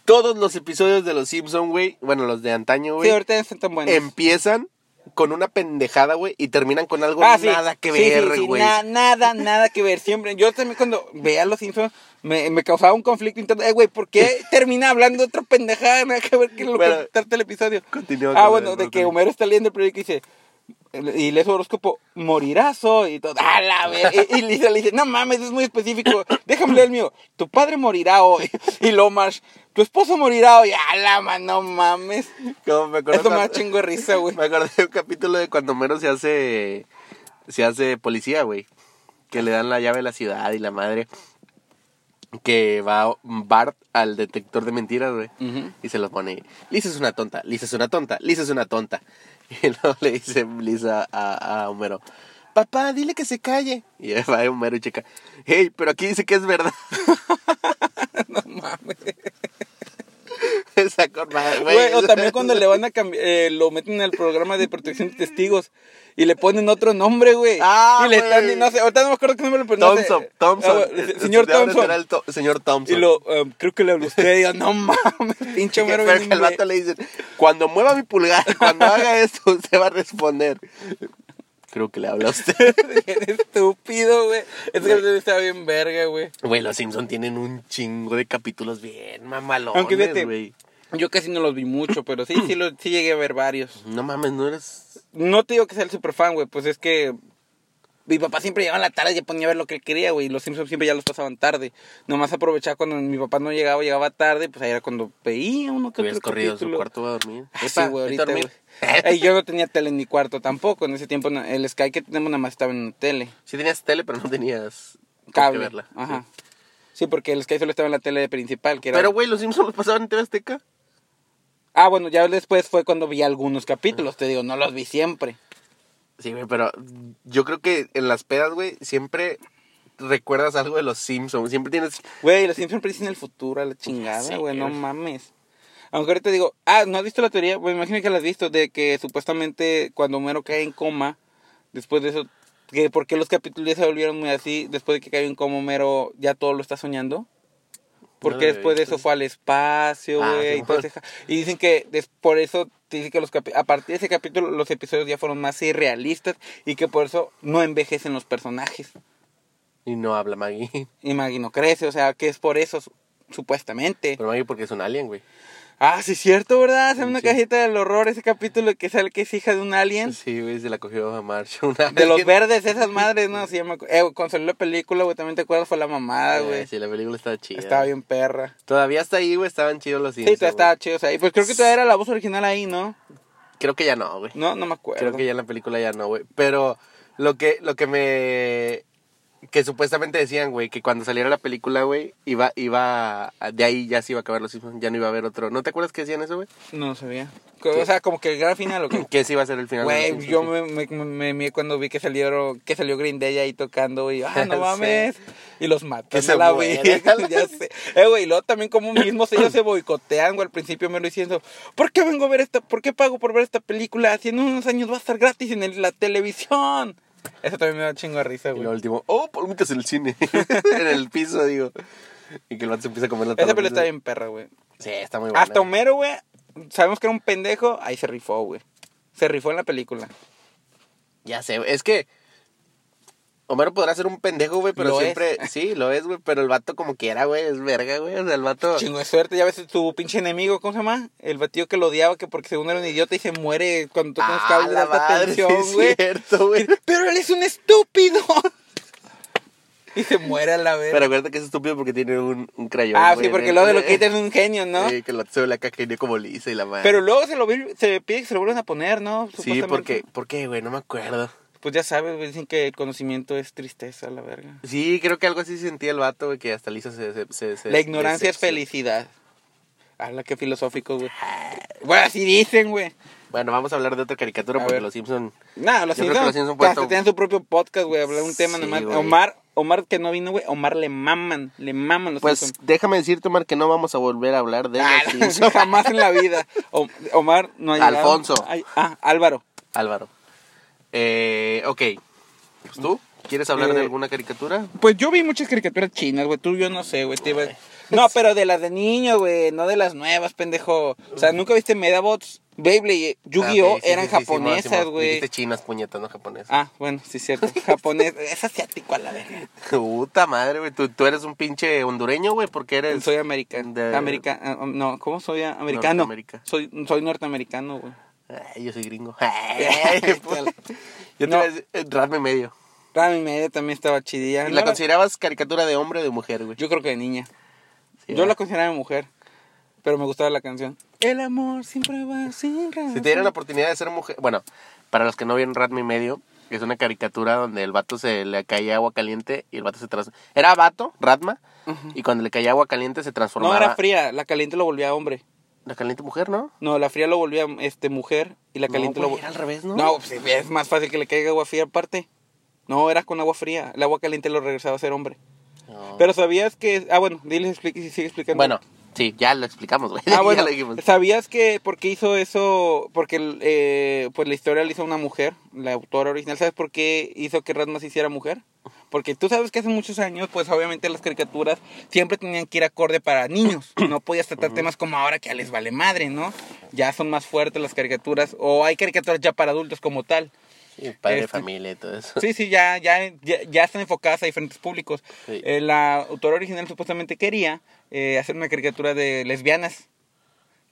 Speaker 1: Todos los episodios de los Simpsons, güey, bueno, los de antaño,
Speaker 2: sí,
Speaker 1: güey,
Speaker 2: ahorita están tan buenos.
Speaker 1: empiezan con una pendejada, güey, y terminan con algo
Speaker 2: Ah, sí.
Speaker 1: nada que
Speaker 2: Sí, sí,
Speaker 1: ver,
Speaker 2: sí,
Speaker 1: güey.
Speaker 2: na- nada, nada que ver. Siempre, yo también cuando veía los Simpsons me, me causaba un conflicto interno. Eh, güey, ¿por
Speaker 1: [LAUGHS]
Speaker 2: qué termina hablando otra pendejada? Nada que ver que lo
Speaker 1: Bueno,
Speaker 2: que trata el episodio.
Speaker 1: continúa
Speaker 2: Ah,
Speaker 1: con
Speaker 2: bueno,
Speaker 1: el
Speaker 2: de que
Speaker 1: brócoli.
Speaker 2: Homero está leyendo el periódico y dice. Y lee su horóscopo, morirás hoy. Y todo, a la ver. Y, y Lisa le dice, no mames, es muy específico. Déjame leer el mío. Tu padre morirá hoy. [LAUGHS] Y Lomash, tu esposo morirá hoy. ¡A la mano, mames!
Speaker 1: Como me acuerdo
Speaker 2: Esto me da
Speaker 1: cuando-
Speaker 2: chingo de risa, güey.
Speaker 1: Me acordé de un capítulo de cuando Homero se hace. Se hace policía, güey. Que le dan la llave de la ciudad y la madre. Que va Bart al detector de mentiras, güey.
Speaker 2: Ujú.
Speaker 1: Y se lo pone. Lisa es una tonta, Lisa es una tonta, Lisa es una tonta. [LAUGHS] Y luego le dice Lisa a, a Homero. Papá, dile que se calle. Y [LAUGHS] ahí va Homero y checa. Hey, pero aquí dice que es verdad.
Speaker 2: [LAUGHS] No mames.
Speaker 1: [LAUGHS] Esa con madre,
Speaker 2: Güey, o también cuando le van a cambiar, lo meten al programa de protección de testigos y le ponen otro nombre, güey.
Speaker 1: Ah,
Speaker 2: y le
Speaker 1: güey.
Speaker 2: están, no sé, ahorita no me acuerdo qué nombre le ponen. [LAUGHS] no sé.
Speaker 1: Thompson, Thompson. Este, Eh,
Speaker 2: Ah, güey, señor
Speaker 1: Ahora será
Speaker 2: Thompson.
Speaker 1: el to- señor
Speaker 2: Y
Speaker 1: Thompson.
Speaker 2: lo, em, creo que le habló usted y yo, no
Speaker 1: [LAUGHS]
Speaker 2: mames, pinche
Speaker 1: Que-
Speaker 2: mero.
Speaker 1: pero que al vato
Speaker 2: [LAUGHS]
Speaker 1: le dicen, cuando mueva mi pulgar, [LAUGHS] cuando haga esto, usted va a responder. Creo que le habla a
Speaker 2: [LAUGHS]
Speaker 1: usted.
Speaker 2: Estúpido, güey. Es que el está bien verga, güey.
Speaker 1: Güey, los Simpson tienen un chingo de capítulos bien mamalones,
Speaker 2: Aunque fíjate-
Speaker 1: güey.
Speaker 2: Yo casi no los vi mucho, pero sí, sí, los- sí llegué a ver varios.
Speaker 1: No mames, no eres...
Speaker 2: No te digo que sea el super fan, güey, pues es que mi papá siempre llegaba en la tarde y ya ponía a ver lo que él quería, güey, y los Simpsons siempre ya los pasaban tarde. Nomás aprovechaba cuando mi papá no llegaba, llegaba tarde, pues ahí era cuando veía uno que
Speaker 1: Hubieras
Speaker 2: otro
Speaker 1: corrido a su
Speaker 2: capítulo.
Speaker 1: cuarto a dormir.
Speaker 2: Ah, sí,
Speaker 1: Epa,
Speaker 2: güey,
Speaker 1: vete
Speaker 2: ahorita,
Speaker 1: a dormir.
Speaker 2: güey. Ey, yo no tenía tele en mi cuarto tampoco, en ese tiempo na- el Sky que tenemos nada más estaba en tele,
Speaker 1: Sí tenías tele, pero no tenías con qué
Speaker 2: cable.
Speaker 1: verla.
Speaker 2: Ajá.
Speaker 1: Sí.
Speaker 2: Sí, porque el Sky solo estaba en la tele principal, que era
Speaker 1: Pero, güey, los Simpsons los pasaban en TV Azteca.
Speaker 2: Ah, bueno, ya después fue cuando vi algunos capítulos, te digo, no los vi siempre.
Speaker 1: Sí, güey, pero yo creo que en las pedas, güey, siempre recuerdas algo de los Simpsons. Siempre tienes...
Speaker 2: Güey, los Simpsons predicen el futuro a la chingada,
Speaker 1: Sí,
Speaker 2: güey, no
Speaker 1: güey.
Speaker 2: mames. Aunque ahorita digo, ah, ¿no has visto la teoría? Bueno, imagino que la has visto, de que supuestamente cuando Homero cae en coma, después de eso, que ¿por qué los capítulos ya se volvieron muy así? Después de que cayó en coma Homero, ya todo lo está soñando. Porque
Speaker 1: había
Speaker 2: después de
Speaker 1: visto
Speaker 2: eso
Speaker 1: eso.
Speaker 2: fue al espacio,
Speaker 1: Ah,
Speaker 2: güey. y,
Speaker 1: Simón.
Speaker 2: todo ese ja- y dicen que des- por eso, dicen que los capi- a partir de ese capítulo los episodios ya fueron más irrealistas y que por eso no envejecen los personajes.
Speaker 1: Y no habla Maggie. [LAUGHS]
Speaker 2: Imagino crece, o sea, que es por eso, su- supuestamente.
Speaker 1: Pero Maggie porque es un alien, güey.
Speaker 2: Ah, sí, cierto, ¿verdad? Sale una
Speaker 1: Sí.
Speaker 2: cajita del horror ese capítulo que sale que es hija de un alien.
Speaker 1: Sí, güey, se la cogió a Marsh. Una
Speaker 2: [LAUGHS] De los
Speaker 1: vez.
Speaker 2: verdes, esas madres, no, sí, ya me acu- Eh, cuando salió la película, güey, también te acuerdas, fue la mamada,
Speaker 1: Eh,
Speaker 2: güey.
Speaker 1: Sí, la película estaba chida.
Speaker 2: Estaba bien perra.
Speaker 1: Todavía está ahí, güey, estaban chidos los
Speaker 2: Sí,
Speaker 1: Simpsons,
Speaker 2: todavía estaba
Speaker 1: güey.
Speaker 2: chido, o sea, y pues creo que todavía era la voz original ahí, ¿no?
Speaker 1: Creo que ya no, güey.
Speaker 2: No, no me acuerdo.
Speaker 1: Creo que ya en la película ya no, güey. Pero lo que, lo que me... Que supuestamente decían, güey, que cuando saliera la película, güey, iba, iba... De ahí ya se iba a acabar los Simpsons, ya no iba a haber otro. ¿No te acuerdas que decían eso, güey?
Speaker 2: No sabía. O sea, como que el gran final, ¿o qué?
Speaker 1: [LAUGHS] Que ese iba a ser el final de Los
Speaker 2: Güey,
Speaker 1: Simpsons,
Speaker 2: yo
Speaker 1: sí.
Speaker 2: me, me, me, me- cuando vi que salieron, que salió Green Day ahí tocando, y ah,
Speaker 1: [LAUGHS]
Speaker 2: no
Speaker 1: Sí.
Speaker 2: mames. Y los matan
Speaker 1: Que se
Speaker 2: a la [LAUGHS]
Speaker 1: mueran.
Speaker 2: verga, ya sé. Eh, güey, y luego también como mismos ellos se boicotean, güey, al principio me lo diciendo, ¿por qué vengo a ver esta, por qué pago por ver esta película? Si en unos años va a estar gratis en el- la televisión. Eso también me da un chingo de risa,
Speaker 1: Y lo
Speaker 2: güey.
Speaker 1: último, oh, palomitas en el
Speaker 2: [LAUGHS]
Speaker 1: cine. en el piso, digo. Y que el vato se empieza a comer la
Speaker 2: Esa
Speaker 1: pelota.
Speaker 2: película está bien perra, güey.
Speaker 1: Sí, está muy buena.
Speaker 2: Hasta
Speaker 1: güey.
Speaker 2: Homero, güey, sabemos que era un pendejo, ahí se rifó, güey. Se rifó en la película.
Speaker 1: Ya sé, güey, es que Homero podrá ser un pendejo, güey, pero
Speaker 2: Lo
Speaker 1: siempre sí, lo es, güey, pero el vato como quiera, güey, es verga, güey, o sea, el vato
Speaker 2: Chingo de suerte, ya ves tu pinche enemigo, ¿cómo se llama? El batido que lo odiaba, que porque según era un idiota y se muere cuando toca los
Speaker 1: Ah,
Speaker 2: cables de
Speaker 1: la
Speaker 2: alta
Speaker 1: madre, sí
Speaker 2: tensión,
Speaker 1: es
Speaker 2: güey.
Speaker 1: cierto, güey.
Speaker 2: [LAUGHS] Pero él es un estúpido. [LAUGHS] y se muere a la vez.
Speaker 1: Pero acuérdate que es estúpido porque tiene un, un crayón.
Speaker 2: ah,
Speaker 1: güey,
Speaker 2: sí,
Speaker 1: en
Speaker 2: porque
Speaker 1: el-
Speaker 2: luego de lo
Speaker 1: en
Speaker 2: que
Speaker 1: el-
Speaker 2: es un genio, ¿no?
Speaker 1: Sí, que lo se ve la caca y como lisa y la madre.
Speaker 2: Pero luego se lo vi- se pide que se lo vuelvan a poner, ¿no?
Speaker 1: Sí,
Speaker 2: Supuestamente.
Speaker 1: porque ¿por qué, güey? No me acuerdo.
Speaker 2: Pues ya sabes, güey, dicen que el conocimiento es tristeza, la verga.
Speaker 1: Sí, creo que algo así sentía el vato, güey, que hasta lisa se, se, se- se-
Speaker 2: la ignorancia es
Speaker 1: se- se-
Speaker 2: felicidad. Habla que filosófico, güey. Bueno, así dicen, güey.
Speaker 1: Bueno, vamos a hablar de otra caricatura
Speaker 2: A
Speaker 1: porque
Speaker 2: ver.
Speaker 1: los Simpson
Speaker 2: Nah, los
Speaker 1: Yo creo que
Speaker 2: Simpsons,
Speaker 1: los Simpsons pueden
Speaker 2: hasta
Speaker 1: to-
Speaker 2: tienen su propio podcast, güey, hablar un tema
Speaker 1: Sí,
Speaker 2: nomás.
Speaker 1: güey.
Speaker 2: Omar, Omar que no vino, güey, Omar le maman, le maman los
Speaker 1: Pues
Speaker 2: Simpsons.
Speaker 1: déjame decirte, Omar, que no vamos a volver a hablar de
Speaker 2: Ah,
Speaker 1: los
Speaker 2: [LAUGHS] no,
Speaker 1: Simpson.
Speaker 2: jamás en la vida. O- Omar no ha llegado.
Speaker 1: Alfonso.
Speaker 2: Ay, ah, Álvaro.
Speaker 1: Álvaro. Eh, ok. Pues tú, ¿quieres hablar de
Speaker 2: Eh,
Speaker 1: alguna caricatura?
Speaker 2: Pues yo vi muchas caricaturas chinas, güey, tú yo no sé, güey. te iba- No, pero de las de niño, güey, no de las nuevas, pendejo. O sea, nunca viste Medabots, Beyblade, eh, Yu-Gi-Oh,
Speaker 1: Ah, ok, sí,
Speaker 2: eran
Speaker 1: sí, sí, Simón,
Speaker 2: japonesas,
Speaker 1: Simón.
Speaker 2: güey.
Speaker 1: Dijiste chinas, puñetas, no japonesas.
Speaker 2: ah, bueno, sí, cierto. [LAUGHS] Japonés, es asiático a la verga.
Speaker 1: [LAUGHS] Puta madre, güey. Tú, tú eres un pinche hondureño, güey, porque eres...
Speaker 2: Soy americano.
Speaker 1: Pues, de-
Speaker 2: um, no, ¿cómo soy a- americano?
Speaker 1: Norteamérica.
Speaker 2: Soy, soy norteamericano, güey.
Speaker 1: Ay, yo soy
Speaker 2: [LAUGHS]
Speaker 1: gringo. [LAUGHS] Ay, puta. yo te
Speaker 2: No.
Speaker 1: iba a decir, eh, Radme medio.
Speaker 2: Rami Media también estaba chidilla.
Speaker 1: ¿Y
Speaker 2: No
Speaker 1: ¿La
Speaker 2: la-
Speaker 1: considerabas caricatura de hombre o de mujer, güey?
Speaker 2: Yo creo que de niña.
Speaker 1: Sí,
Speaker 2: Yo la
Speaker 1: ¿verdad?
Speaker 2: consideraba mujer. Pero me gustaba la canción. El amor siempre va sin razón.
Speaker 1: Si te dieran la oportunidad de ser mujer. Bueno, para los que no vieron Ratme y Medio, es una caricatura donde el vato se le caía agua caliente y el vato se transformaba. Era vato, Ratma, y cuando le caía agua caliente se transformaba.
Speaker 2: No, era fría. La caliente lo volvía hombre.
Speaker 1: La caliente mujer, ¿no?
Speaker 2: No, la fría lo volvía este, mujer y la caliente
Speaker 1: no,
Speaker 2: lo
Speaker 1: güey,
Speaker 2: vol-
Speaker 1: era al revés, ¿no?
Speaker 2: No, pues, es más fácil que le caiga agua fría aparte. No, era con agua fría. El agua caliente lo regresaba a ser hombre.
Speaker 1: No.
Speaker 2: Pero sabías que. Ah, bueno, diles, explique, si sigue explicando.
Speaker 1: Bueno, sí, ya lo explicamos, güey.
Speaker 2: [LAUGHS] Ah,
Speaker 1: [LAUGHS]
Speaker 2: bueno,
Speaker 1: ya lo dijimos.
Speaker 2: ¿sabías que por qué hizo eso? Porque eh, pues la historia la hizo una mujer, la autora original. ¿Sabes por qué hizo que Rasmus se hiciera mujer? Porque tú sabes que hace muchos años, pues obviamente las caricaturas siempre tenían que ir acorde
Speaker 1: [CLEARS THROAT]
Speaker 2: para niños. No podías tratar temas como ahora que ya les vale madre, ¿no? Ya son más fuertes las caricaturas. O hay caricaturas ya para adultos como tal.
Speaker 1: Sí, padre de
Speaker 2: este-
Speaker 1: familia y todo eso.
Speaker 2: Sí, sí, ya, ya, ya, ya están enfocadas a diferentes públicos.
Speaker 1: Sí.
Speaker 2: Eh, la autora original supuestamente quería eh, hacer una caricatura de lesbianas.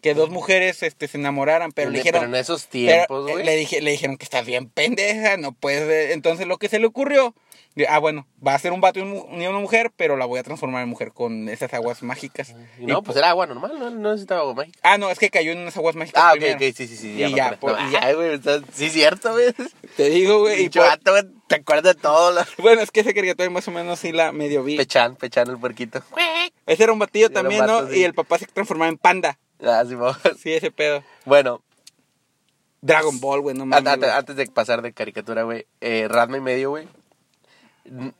Speaker 2: Que dos mujeres este, se enamoraran, pero le
Speaker 1: Pero
Speaker 2: dijeron...
Speaker 1: en esos
Speaker 2: pero,
Speaker 1: tiempos,
Speaker 2: eh,
Speaker 1: güey.
Speaker 2: le, dije, le dijeron que estás bien pendeja, no puedes... eh, Entonces lo que se le ocurrió... de, Ah, bueno, va a ser un vato y un mu- y una mujer, pero la voy a transformar en mujer con esas aguas mágicas.
Speaker 1: Y
Speaker 2: Y
Speaker 1: No,
Speaker 2: pu-
Speaker 1: pues era agua normal, no, no necesitaba agua mágica.
Speaker 2: Ah, no, es que cayó en unas aguas mágicas
Speaker 1: Ah, ok,
Speaker 2: primero.
Speaker 1: ok, sí, sí, sí.
Speaker 2: Y
Speaker 1: me
Speaker 2: ya,
Speaker 1: acordé.
Speaker 2: por-
Speaker 1: No,
Speaker 2: y ya.
Speaker 1: ay, güey, estás- sí, cierto, güey.
Speaker 2: Te digo, güey. y
Speaker 1: Pinche
Speaker 2: por-
Speaker 1: vato, güey, te acuerdas de todo. Lo...
Speaker 2: [LAUGHS] Bueno, es que esa caricatura más o menos sí la medio vi.
Speaker 1: Pechan, pechan el puerquito.
Speaker 2: Ese era un batillo
Speaker 1: Sí, era un
Speaker 2: también,
Speaker 1: vato,
Speaker 2: ¿no?
Speaker 1: sí.
Speaker 2: Y el papá se transformaba en panda.
Speaker 1: Ah, sí, vamos.
Speaker 2: Sí, ese pedo.
Speaker 1: Bueno,
Speaker 2: Dragon Ball, güey, no
Speaker 1: an-
Speaker 2: mames.
Speaker 1: an-
Speaker 2: güey.
Speaker 1: antes de pasar de caricatura, güey, eh, Radma y medio, güey. N-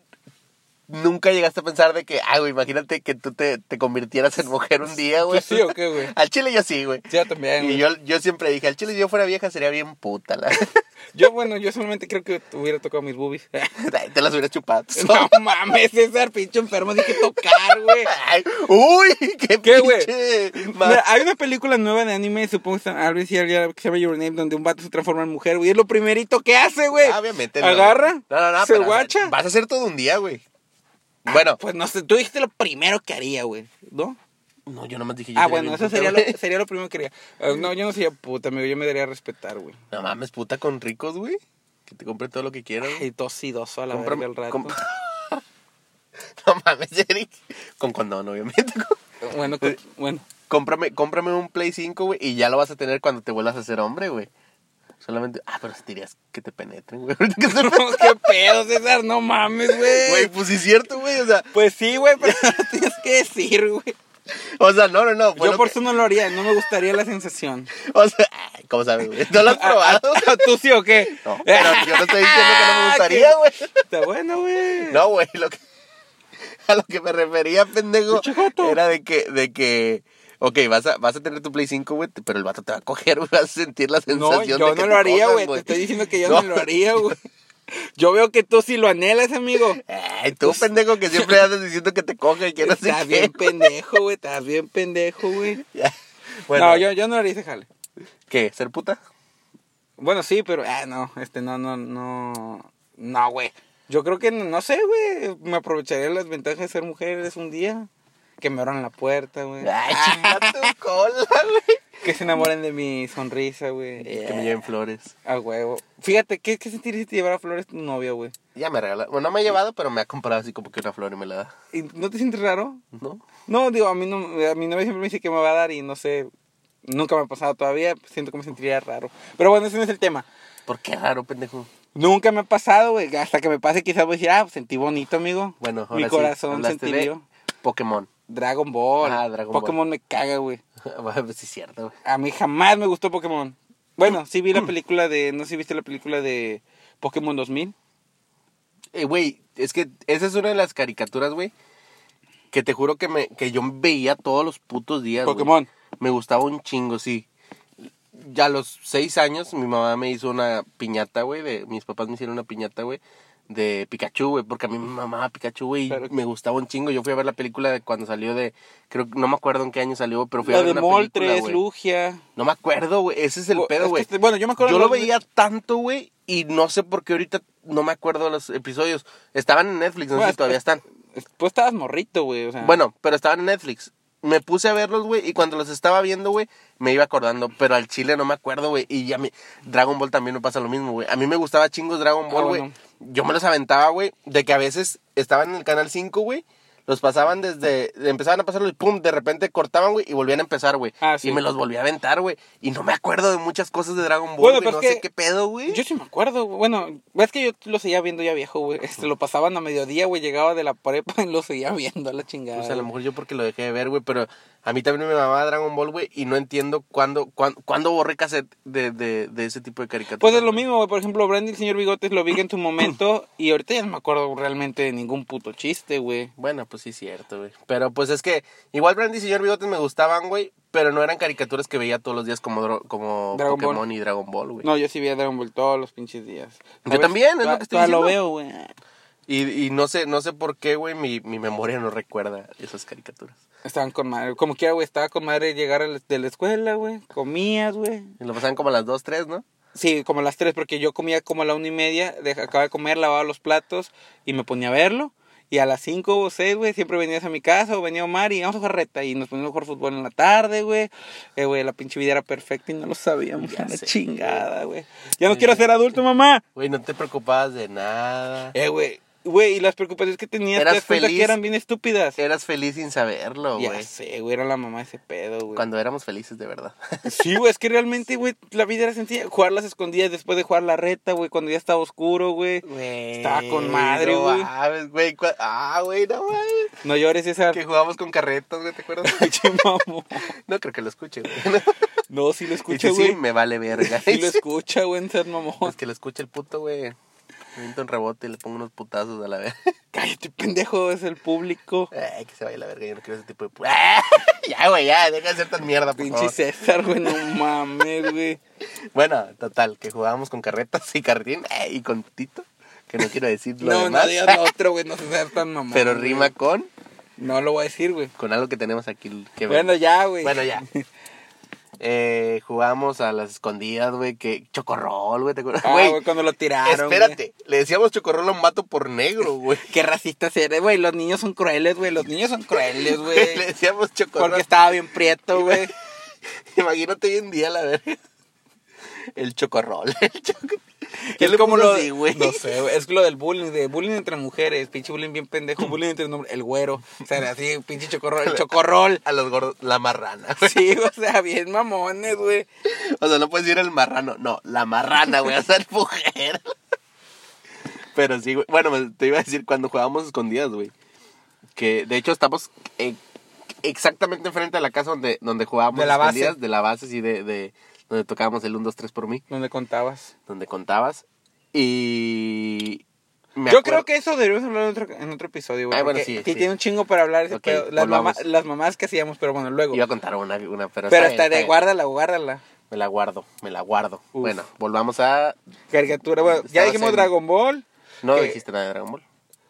Speaker 1: Nunca llegaste a pensar de que, ah, güey, imagínate que tú te, te convirtieras en mujer un día, güey.
Speaker 2: ¿Tú sí o qué, güey?
Speaker 1: [LAUGHS] Al chile yo sí, güey.
Speaker 2: Yo también.
Speaker 1: Y
Speaker 2: güey.
Speaker 1: yo, yo siempre dije, al chile si yo fuera vieja sería bien puta. La...
Speaker 2: [LAUGHS] Yo, bueno, yo solamente creo que hubiera tocado mis boobies. [LAUGHS]
Speaker 1: [LAUGHS] te las hubieras chupado.
Speaker 2: no mames, César, pinche enfermo, dije tocar,
Speaker 1: [LAUGHS]
Speaker 2: güey.
Speaker 1: Ay, uy, qué,
Speaker 2: ¿Qué, güey?
Speaker 1: pinche ma-
Speaker 2: Mira, hay una película nueva de anime, supongo que a ver si alguien que se llama Your Name, donde un vato se transforma en mujer, güey. Es lo primerito que hace, güey.
Speaker 1: Ah, Obviamente. no.
Speaker 2: eh, Agarra.
Speaker 1: No, no, no.
Speaker 2: Se
Speaker 1: pero, o sea,
Speaker 2: guacha.
Speaker 1: Vas a hacer todo un día, güey. Bueno,
Speaker 2: Pues no sé, tú dijiste lo primero que haría, güey. ¿No?
Speaker 1: no, yo nomás dije. yo
Speaker 2: Ah,
Speaker 1: sería
Speaker 2: bueno,
Speaker 1: bien
Speaker 2: eso
Speaker 1: puta,
Speaker 2: sería lo,
Speaker 1: güey.
Speaker 2: sería lo primero que haría. Ah, No, yo no sería puta, amigo, yo me daría a respetar, güey.
Speaker 1: [LAUGHS] No mames, puta con ricos, güey. Que te compre todo lo que quieras. güey.
Speaker 2: Ay, dos [LAUGHS] y dos a la
Speaker 1: Compra-
Speaker 2: verga al rato.
Speaker 1: comp- [LAUGHS] no mames, Eric. Con condón, obviamente. [LAUGHS]
Speaker 2: Bueno, co- bueno. [LAUGHS]
Speaker 1: cómprame, cómprame un Play 5, güey, y ya lo vas a tener cuando te vuelvas a ser hombre, güey. Solamente. Ah, pero si te dirías que te penetren, güey. [LAUGHS] Ahorita que estoy
Speaker 2: No, ¿Qué pedo, César? No mames,
Speaker 1: pensando, Güey,
Speaker 2: güey.
Speaker 1: pues sí es cierto, güey. O sea,
Speaker 2: Pues sí, güey, [LAUGHS] pero no lo tienes que decir, güey.
Speaker 1: o sea, no, no, no. fue
Speaker 2: Yo
Speaker 1: lo
Speaker 2: por
Speaker 1: que-
Speaker 2: eso no lo haría, no me gustaría la sensación.
Speaker 1: O sea, ay, ¿cómo sabes, güey? ¿No lo [LAUGHS] has probado?
Speaker 2: ¿Tú sí o qué?
Speaker 1: No,
Speaker 2: Ah,
Speaker 1: Ah, pero yo no estoy diciendo que
Speaker 2: [LAUGHS]
Speaker 1: no me gustaría, güey.
Speaker 2: Está bueno, güey.
Speaker 1: No, güey, lo que- [LAUGHS] a lo que me refería, pendejo,
Speaker 2: Pinche vato.
Speaker 1: era de que, de que, ok, vas a, vas a tener tu Play 5, güey, pero el vato te va a coger, [LAUGHS] güey, vas a sentir la sensación
Speaker 2: No,
Speaker 1: de
Speaker 2: yo
Speaker 1: que
Speaker 2: no
Speaker 1: te
Speaker 2: lo haría,
Speaker 1: cojan,
Speaker 2: güey. Te estoy diciendo que yo
Speaker 1: [LAUGHS]
Speaker 2: no, lo haría, güey. Yo veo que tú sí lo anhelas, amigo.
Speaker 1: Ay, Eh, tú, pendejo, que
Speaker 2: [LAUGHS]
Speaker 1: siempre andas diciendo que te coge y que no sé
Speaker 2: Estás
Speaker 1: qué,
Speaker 2: bien
Speaker 1: güey.
Speaker 2: pendejo, güey. Estás bien pendejo, güey.
Speaker 1: Ya. Bueno,
Speaker 2: No, yo, yo no lo haría ese jale.
Speaker 1: ¿qué? ¿Ser
Speaker 2: [LAUGHS]
Speaker 1: puta?
Speaker 2: Bueno, sí, pero ah, no, este no no no no, güey. Yo creo que no, no sé, güey, me aprovecharé las ventajas de ser mujer es un día que me abran la puerta, güey.
Speaker 1: Ay, chinga tu cola, güey.
Speaker 2: Que se enamoren de mi sonrisa, güey.
Speaker 1: Que me lleven flores.
Speaker 2: A huevo. Fíjate, ¿qué, qué sentir si te llevara flores tu novia, güey?
Speaker 1: Ya me regaló, bueno, no me ha llevado, pero me ha comprado así como que una flor y me la da,
Speaker 2: ¿Y ¿No te sientes raro?
Speaker 1: ¿no?
Speaker 2: No, digo, a mí no, a mi novia siempre me dice que me va a dar y no sé, nunca me ha pasado todavía, siento que me sentiría raro. Pero bueno, ese no es el tema.
Speaker 1: ¿Por qué raro, pendejo?
Speaker 2: Nunca me ha pasado, güey. Hasta que me pase, quizás voy a decir, ah, pues, sentí bonito, amigo.
Speaker 1: Bueno, ahora
Speaker 2: Mi
Speaker 1: sí,
Speaker 2: corazón
Speaker 1: hablaste de
Speaker 2: sentí
Speaker 1: Pokémon.
Speaker 2: Dragon Ball.
Speaker 1: Ah, Dragon Ball.
Speaker 2: Pokémon me caga, güey.
Speaker 1: [LAUGHS] Bueno, pues sí es cierto, güey.
Speaker 2: A mí jamás me gustó Pokémon. Bueno, sí vi
Speaker 1: Mm.
Speaker 2: la película de. No sé si viste la película de Pokémon 2000.
Speaker 1: Eh, Güey, es que esa es una de las caricaturas, güey, que te juro que, me, que yo veía todos los putos días, güey.
Speaker 2: Pokémon.
Speaker 1: Me gustaba un chingo, sí. Ya a los seis años, mi mamá me hizo una piñata, güey, de... Mis papás me hicieron una piñata, güey, de Pikachu, güey, porque a mí me mamaba Pikachu, güey, y
Speaker 2: Claro.
Speaker 1: me gustaba un chingo. Yo fui a ver la película de cuando salió de... Creo, no me acuerdo en qué año salió, pero fui a
Speaker 2: La
Speaker 1: ver
Speaker 2: de
Speaker 1: una
Speaker 2: Moltres,
Speaker 1: película, güey.
Speaker 2: Lugia.
Speaker 1: No me acuerdo, güey. Ese es el
Speaker 2: Bo- es
Speaker 1: pedo,
Speaker 2: que
Speaker 1: güey.
Speaker 2: este- bueno, yo me acuerdo
Speaker 1: Yo
Speaker 2: de
Speaker 1: lo
Speaker 2: los-
Speaker 1: veía tanto, güey. Y no sé por qué ahorita no me acuerdo de los episodios. Estaban en Netflix, no
Speaker 2: Bueno,
Speaker 1: sé si
Speaker 2: es-
Speaker 1: todavía están.
Speaker 2: Pues estabas morrito, güey. O sea.
Speaker 1: Bueno, pero estaban en Netflix. Me puse a verlos, güey. Y cuando los estaba viendo, güey, me iba acordando. Pero al chile no me acuerdo, güey. Y ya me. Dragon Ball también me pasa lo mismo, güey. A mí me gustaba chingos Dragon
Speaker 2: Ah,
Speaker 1: Ball, güey.
Speaker 2: bueno.
Speaker 1: Yo me los aventaba, güey. De que a veces estaban en el canal 5, güey. Los pasaban desde. Empezaban a pasarlo y pum, de repente cortaban, güey, y volvían a empezar, güey.
Speaker 2: Ah, sí.
Speaker 1: Y me los volví a aventar, güey. Y no me acuerdo de muchas cosas de Dragon Ball,
Speaker 2: Bueno,
Speaker 1: güey.
Speaker 2: pero
Speaker 1: No
Speaker 2: es
Speaker 1: sé
Speaker 2: que-
Speaker 1: qué pedo, güey.
Speaker 2: Yo sí me acuerdo, güey. bueno, es que yo lo seguía viendo ya viejo, güey. Este, lo pasaban a mediodía, güey, llegaba de la prepa y lo seguía viendo a la chingada.
Speaker 1: O sea, a lo mejor yo porque lo dejé de ver, güey, pero a mí también me mamaba Dragon Ball, güey, y no entiendo cuándo, cuándo, cuándo borré cassette de, de, de ese tipo de caricaturas.
Speaker 2: Pues es lo
Speaker 1: güey.
Speaker 2: mismo, güey. Por ejemplo, Brandy el señor Bigotes lo vi en su momento y ahorita ya no me acuerdo realmente de ningún puto chiste, güey.
Speaker 1: Bueno, pues sí, cierto, güey. Pero pues es que igual Brandy y Señor Bigotes me gustaban, güey, pero no eran caricaturas que veía todos los días como, dro- como
Speaker 2: Dragon Ball.
Speaker 1: Pokémon y Dragon Ball, güey.
Speaker 2: No, yo sí vi a Dragon Ball todos los pinches días.
Speaker 1: Yo
Speaker 2: A veces
Speaker 1: también, es lo
Speaker 2: toda-
Speaker 1: que estoy
Speaker 2: toda lo
Speaker 1: diciendo.
Speaker 2: veo, güey.
Speaker 1: Y, y no sé, no sé por qué, güey, mi, mi memoria no recuerda esas caricaturas.
Speaker 2: Estaban con madre. Como quiera, güey, estaba con madre llegar a la- de la escuela, güey. Comías, güey.
Speaker 1: Y lo pasaban como a las 2, 3, ¿no?
Speaker 2: Sí, como a las tres, porque yo comía como a la una y media, de- acababa de comer, lavaba los platos y me ponía a verlo. Y a las cinco o seis, güey, siempre venías a mi casa o venía Omar y íbamos a jugar reta y nos poníamos a jugar fútbol en la tarde, güey. Eh, güey, la pinche vida era perfecta y no lo sabíamos.
Speaker 1: Ya
Speaker 2: a la
Speaker 1: sé.
Speaker 2: chingada, güey. Ya no quiero ser adulto, mamá.
Speaker 1: Güey, no te preocupabas de nada.
Speaker 2: Eh, güey. Güey, y las preocupaciones que tenías
Speaker 1: Eras
Speaker 2: te das cuenta
Speaker 1: feliz.
Speaker 2: que eran bien estúpidas.
Speaker 1: Eras feliz sin saberlo,
Speaker 2: ya
Speaker 1: güey.
Speaker 2: sé, güey, era la mamá de ese pedo, güey.
Speaker 1: Cuando éramos felices de verdad.
Speaker 2: [LAUGHS]
Speaker 1: [LAUGHS]
Speaker 2: Sí, güey, es que realmente, güey, la vida era sencilla. Jugar las escondidas después de jugar la reta, güey, cuando ya estaba oscuro, güey.
Speaker 1: Güey.
Speaker 2: Estaba con madre,
Speaker 1: no
Speaker 2: güey.
Speaker 1: mames, güey. cua- Ah, güey, no mames.
Speaker 2: No llores, César.
Speaker 1: Que jugábamos con carretas, güey, ¿te
Speaker 2: [LAUGHS]
Speaker 1: acuerdas?
Speaker 2: Che, mamón.
Speaker 1: No creo que lo escuche, güey.
Speaker 2: No, sí lo
Speaker 1: [LAUGHS]
Speaker 2: escucha,
Speaker 1: Y dice,
Speaker 2: güey.
Speaker 1: sí, me vale
Speaker 2: [LAUGHS]
Speaker 1: verga.
Speaker 2: Sí lo escucha, güey, en ser mamón.
Speaker 1: [LAUGHS] Es que lo escucha el puto, güey. Me viento un rebote y le pongo unos putazos a la verga.
Speaker 2: Cállate, pendejo, es el público.
Speaker 1: [LAUGHS] Ay, que se vaya la verga, yo no quiero ese tipo de... pu- [LAUGHS] ya, güey, ya, deja de hacer tan mierda, por
Speaker 2: Pinche
Speaker 1: favor.
Speaker 2: César, güey, no mames, güey.
Speaker 1: Bueno, total, que jugábamos con carretas y carretín eh, y con Tito, que no quiero decir lo
Speaker 2: No, no
Speaker 1: demás,
Speaker 2: digas lo otro, güey, no seas tan mamón.
Speaker 1: pero
Speaker 2: güey.
Speaker 1: rima con,
Speaker 2: No lo voy a decir, güey.
Speaker 1: con algo que tenemos aquí que ver.
Speaker 2: Bueno, ya, güey.
Speaker 1: Bueno,
Speaker 2: [LAUGHS]
Speaker 1: ya. Eh, jugábamos a las escondidas, güey, que chocorrol, güey, ¿te acuerdas?
Speaker 2: Ah,
Speaker 1: Güey,
Speaker 2: güey, cuando lo tiraron. güey.
Speaker 1: espérate, le decíamos chocorrol a un vato por negro,
Speaker 2: [LAUGHS]
Speaker 1: güey.
Speaker 2: Qué racista eres, güey. Los niños son crueles, güey. Los niños
Speaker 1: [LAUGHS]
Speaker 2: son crueles,
Speaker 1: le
Speaker 2: güey.
Speaker 1: decíamos chocorrol.
Speaker 2: Porque estaba bien prieto, güey.
Speaker 1: [LAUGHS] Imagínate hoy en día la verga. El chocorrol. [LAUGHS] El choco- ¿Quién
Speaker 2: Es
Speaker 1: le
Speaker 2: como
Speaker 1: puso
Speaker 2: lo
Speaker 1: así, güey?
Speaker 2: No sé, güey, es lo del bullying, de bullying entre mujeres, pinche bullying bien pendejo, bullying entre hombres, el güero, o sea, así,
Speaker 1: [LAUGHS]
Speaker 2: pinche chocorrol, el chocorrol.
Speaker 1: A los gordos, la marrana. güey.
Speaker 2: Sí, o sea, bien mamones, güey.
Speaker 1: O sea, no puedes decir el marrano. No, la marrana, güey. O sea, es mujer. Pero sí, güey. Bueno, me- te iba a decir cuando jugábamos escondidas, güey. Que de hecho estamos eh, exactamente enfrente de la casa donde, donde jugábamos
Speaker 2: De la base.
Speaker 1: escondidas, de la base, sí, de, de donde tocábamos el 1, 2, 3 por mí,
Speaker 2: Donde contabas.
Speaker 1: donde contabas. Y. me
Speaker 2: Yo
Speaker 1: acuerdo-
Speaker 2: creo que eso deberíamos hablar en otro, en otro episodio, güey.
Speaker 1: Ay, bueno,
Speaker 2: porque
Speaker 1: sí,
Speaker 2: sí,
Speaker 1: sí.
Speaker 2: tiene un chingo para hablar ese
Speaker 1: Ok,
Speaker 2: pedo. Las, mama-
Speaker 1: volvamos.
Speaker 2: las mamás que hacíamos, pero bueno, luego.
Speaker 1: Iba a contar una, una pero,
Speaker 2: pero
Speaker 1: está bien, está
Speaker 2: estaré,
Speaker 1: bien.
Speaker 2: guárdala, guárdala.
Speaker 1: Me la guardo, me la guardo.
Speaker 2: Uf.
Speaker 1: Bueno, volvamos a.
Speaker 2: Caricatura, bueno, ya
Speaker 1: Estabas
Speaker 2: dijimos
Speaker 1: en-
Speaker 2: Dragon Ball.
Speaker 1: No
Speaker 2: que-
Speaker 1: dijiste nada de Dragon Ball.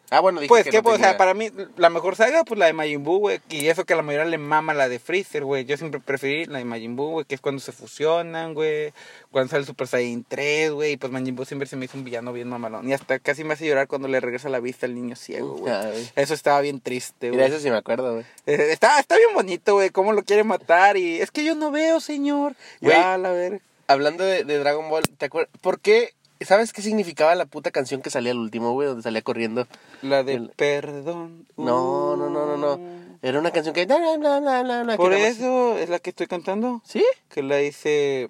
Speaker 1: Ah, bueno, dijiste
Speaker 2: Pues
Speaker 1: que
Speaker 2: que,
Speaker 1: no
Speaker 2: pues, o
Speaker 1: tenía-
Speaker 2: sea, para mí la mejor saga, pues la de Majin Buu, güey. Y eso que a la mayoría le mama la de Freezer, güey. Yo siempre preferí la de Majin Buu, güey, que es cuando se fusionan, güey. Cuando sale el Super Saiyan 3, güey. Y pues Majin Buu siempre se me hizo un villano bien mamalón. Y hasta casi me hace llorar cuando le regresa la vista al niño ciego, güey.
Speaker 1: Ay.
Speaker 2: Eso estaba bien triste,
Speaker 1: Mira,
Speaker 2: güey.
Speaker 1: eso sí me acuerdo, güey.
Speaker 2: Eh, Está, está bien bonito, güey, cómo lo quiere matar. Y es que yo no veo, señor.
Speaker 1: Güey.
Speaker 2: Ya, a ver.
Speaker 1: Hablando de, de Dragon Ball, ¿te acuerdas? ¿Por qué? ¿Sabes qué significaba la puta canción que salía al último, güey? Donde salía corriendo.
Speaker 2: La de
Speaker 1: El-
Speaker 2: perdón. Uh.
Speaker 1: No, no, no, no, no. Era una canción que. bla, bla, bla, bla, bla, bla, que
Speaker 2: Mm. Por
Speaker 1: nada más-
Speaker 2: eso es la que estoy cantando.
Speaker 1: ¿Sí?
Speaker 2: que la dice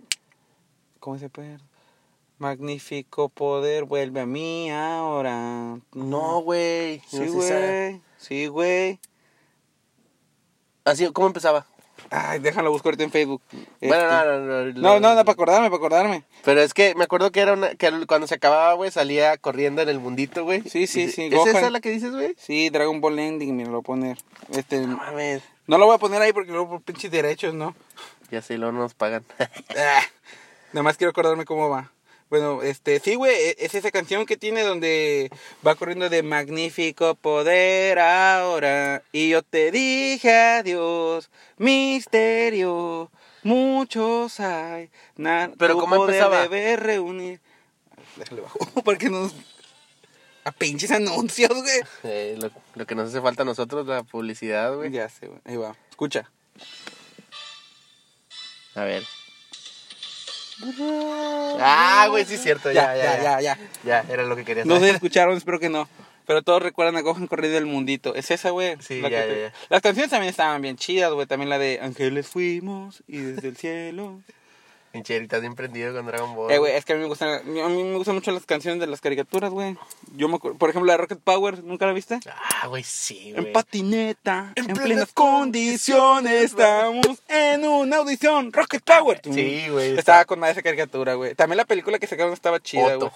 Speaker 2: ¿cómo se puede? Magnífico poder vuelve a mí ahora.
Speaker 1: No, güey. no
Speaker 2: sí,
Speaker 1: es esa.
Speaker 2: güey. Sí, güey.
Speaker 1: Así, Ah, ¿cómo empezaba?
Speaker 2: Ay, déjalo buscar ahorita en Facebook. Este,
Speaker 1: Bueno, no, no, no.
Speaker 2: no, no, no, para acordarme, para acordarme.
Speaker 1: Pero es que me acuerdo que era una. Que cuando se acababa, güey, salía corriendo en el mundito, güey.
Speaker 2: Sí, sí,
Speaker 1: Y-
Speaker 2: sí,
Speaker 1: ¿Es
Speaker 2: Gohan.
Speaker 1: esa la que dices, güey?
Speaker 2: Sí, Dragon Ball Ending, mira, lo voy a poner. Este,
Speaker 1: No mames.
Speaker 2: no lo voy a poner ahí porque luego por pinches derechos, ¿no?
Speaker 1: Ya sé, luego no nos pagan. [LAUGHS]
Speaker 2: Ah, Nada más quiero acordarme cómo va. Bueno, este, sí, güey, e- es esa canción que tiene donde va corriendo de magnífico poder ahora. Y yo te dije adiós, misterio, muchos hay. na-
Speaker 1: Pero
Speaker 2: tu
Speaker 1: ¿cómo
Speaker 2: poder
Speaker 1: empezaba?
Speaker 2: Debe reunir. Déjale bajo, [LAUGHS] porque nos. A pinches anuncios, güey.
Speaker 1: Eh, lo, lo que nos hace falta a nosotros, la publicidad, güey.
Speaker 2: Ya sé, güey. Ahí va. Escucha.
Speaker 1: A ver. Ah, güey, sí es cierto. Ya, ya, ya.
Speaker 2: ya.
Speaker 1: Ya, era lo que quería
Speaker 2: No sé si
Speaker 1: saber.
Speaker 2: escucharon, espero que no. Pero todos recuerdan a Gohan corrido del mundito. Es esa, güey.
Speaker 1: Sí,
Speaker 2: La que
Speaker 1: ya,
Speaker 2: te-
Speaker 1: ya, ya.
Speaker 2: Las canciones también estaban bien chidas, güey. También la de Ángeles fuimos y desde
Speaker 1: [LAUGHS]
Speaker 2: el cielo.
Speaker 1: Pinche ahorita bien prendido con Dragon Ball.
Speaker 2: Eh, güey, es que a mí me gustan, a mí me gustan mucho las canciones de las caricaturas, güey. Yo me acuerdo, por ejemplo, la de Rocket Power, ¿nunca la viste?
Speaker 1: Ah, güey, sí, güey.
Speaker 2: En patineta, en,
Speaker 1: En
Speaker 2: plenas,
Speaker 1: plenas
Speaker 2: condiciones, estamos en una audición. Rocket Power.
Speaker 1: Sí, güey.
Speaker 2: Estaba con más esa caricatura, güey. También la película que sacaron estaba chida,
Speaker 1: Otto.
Speaker 2: güey.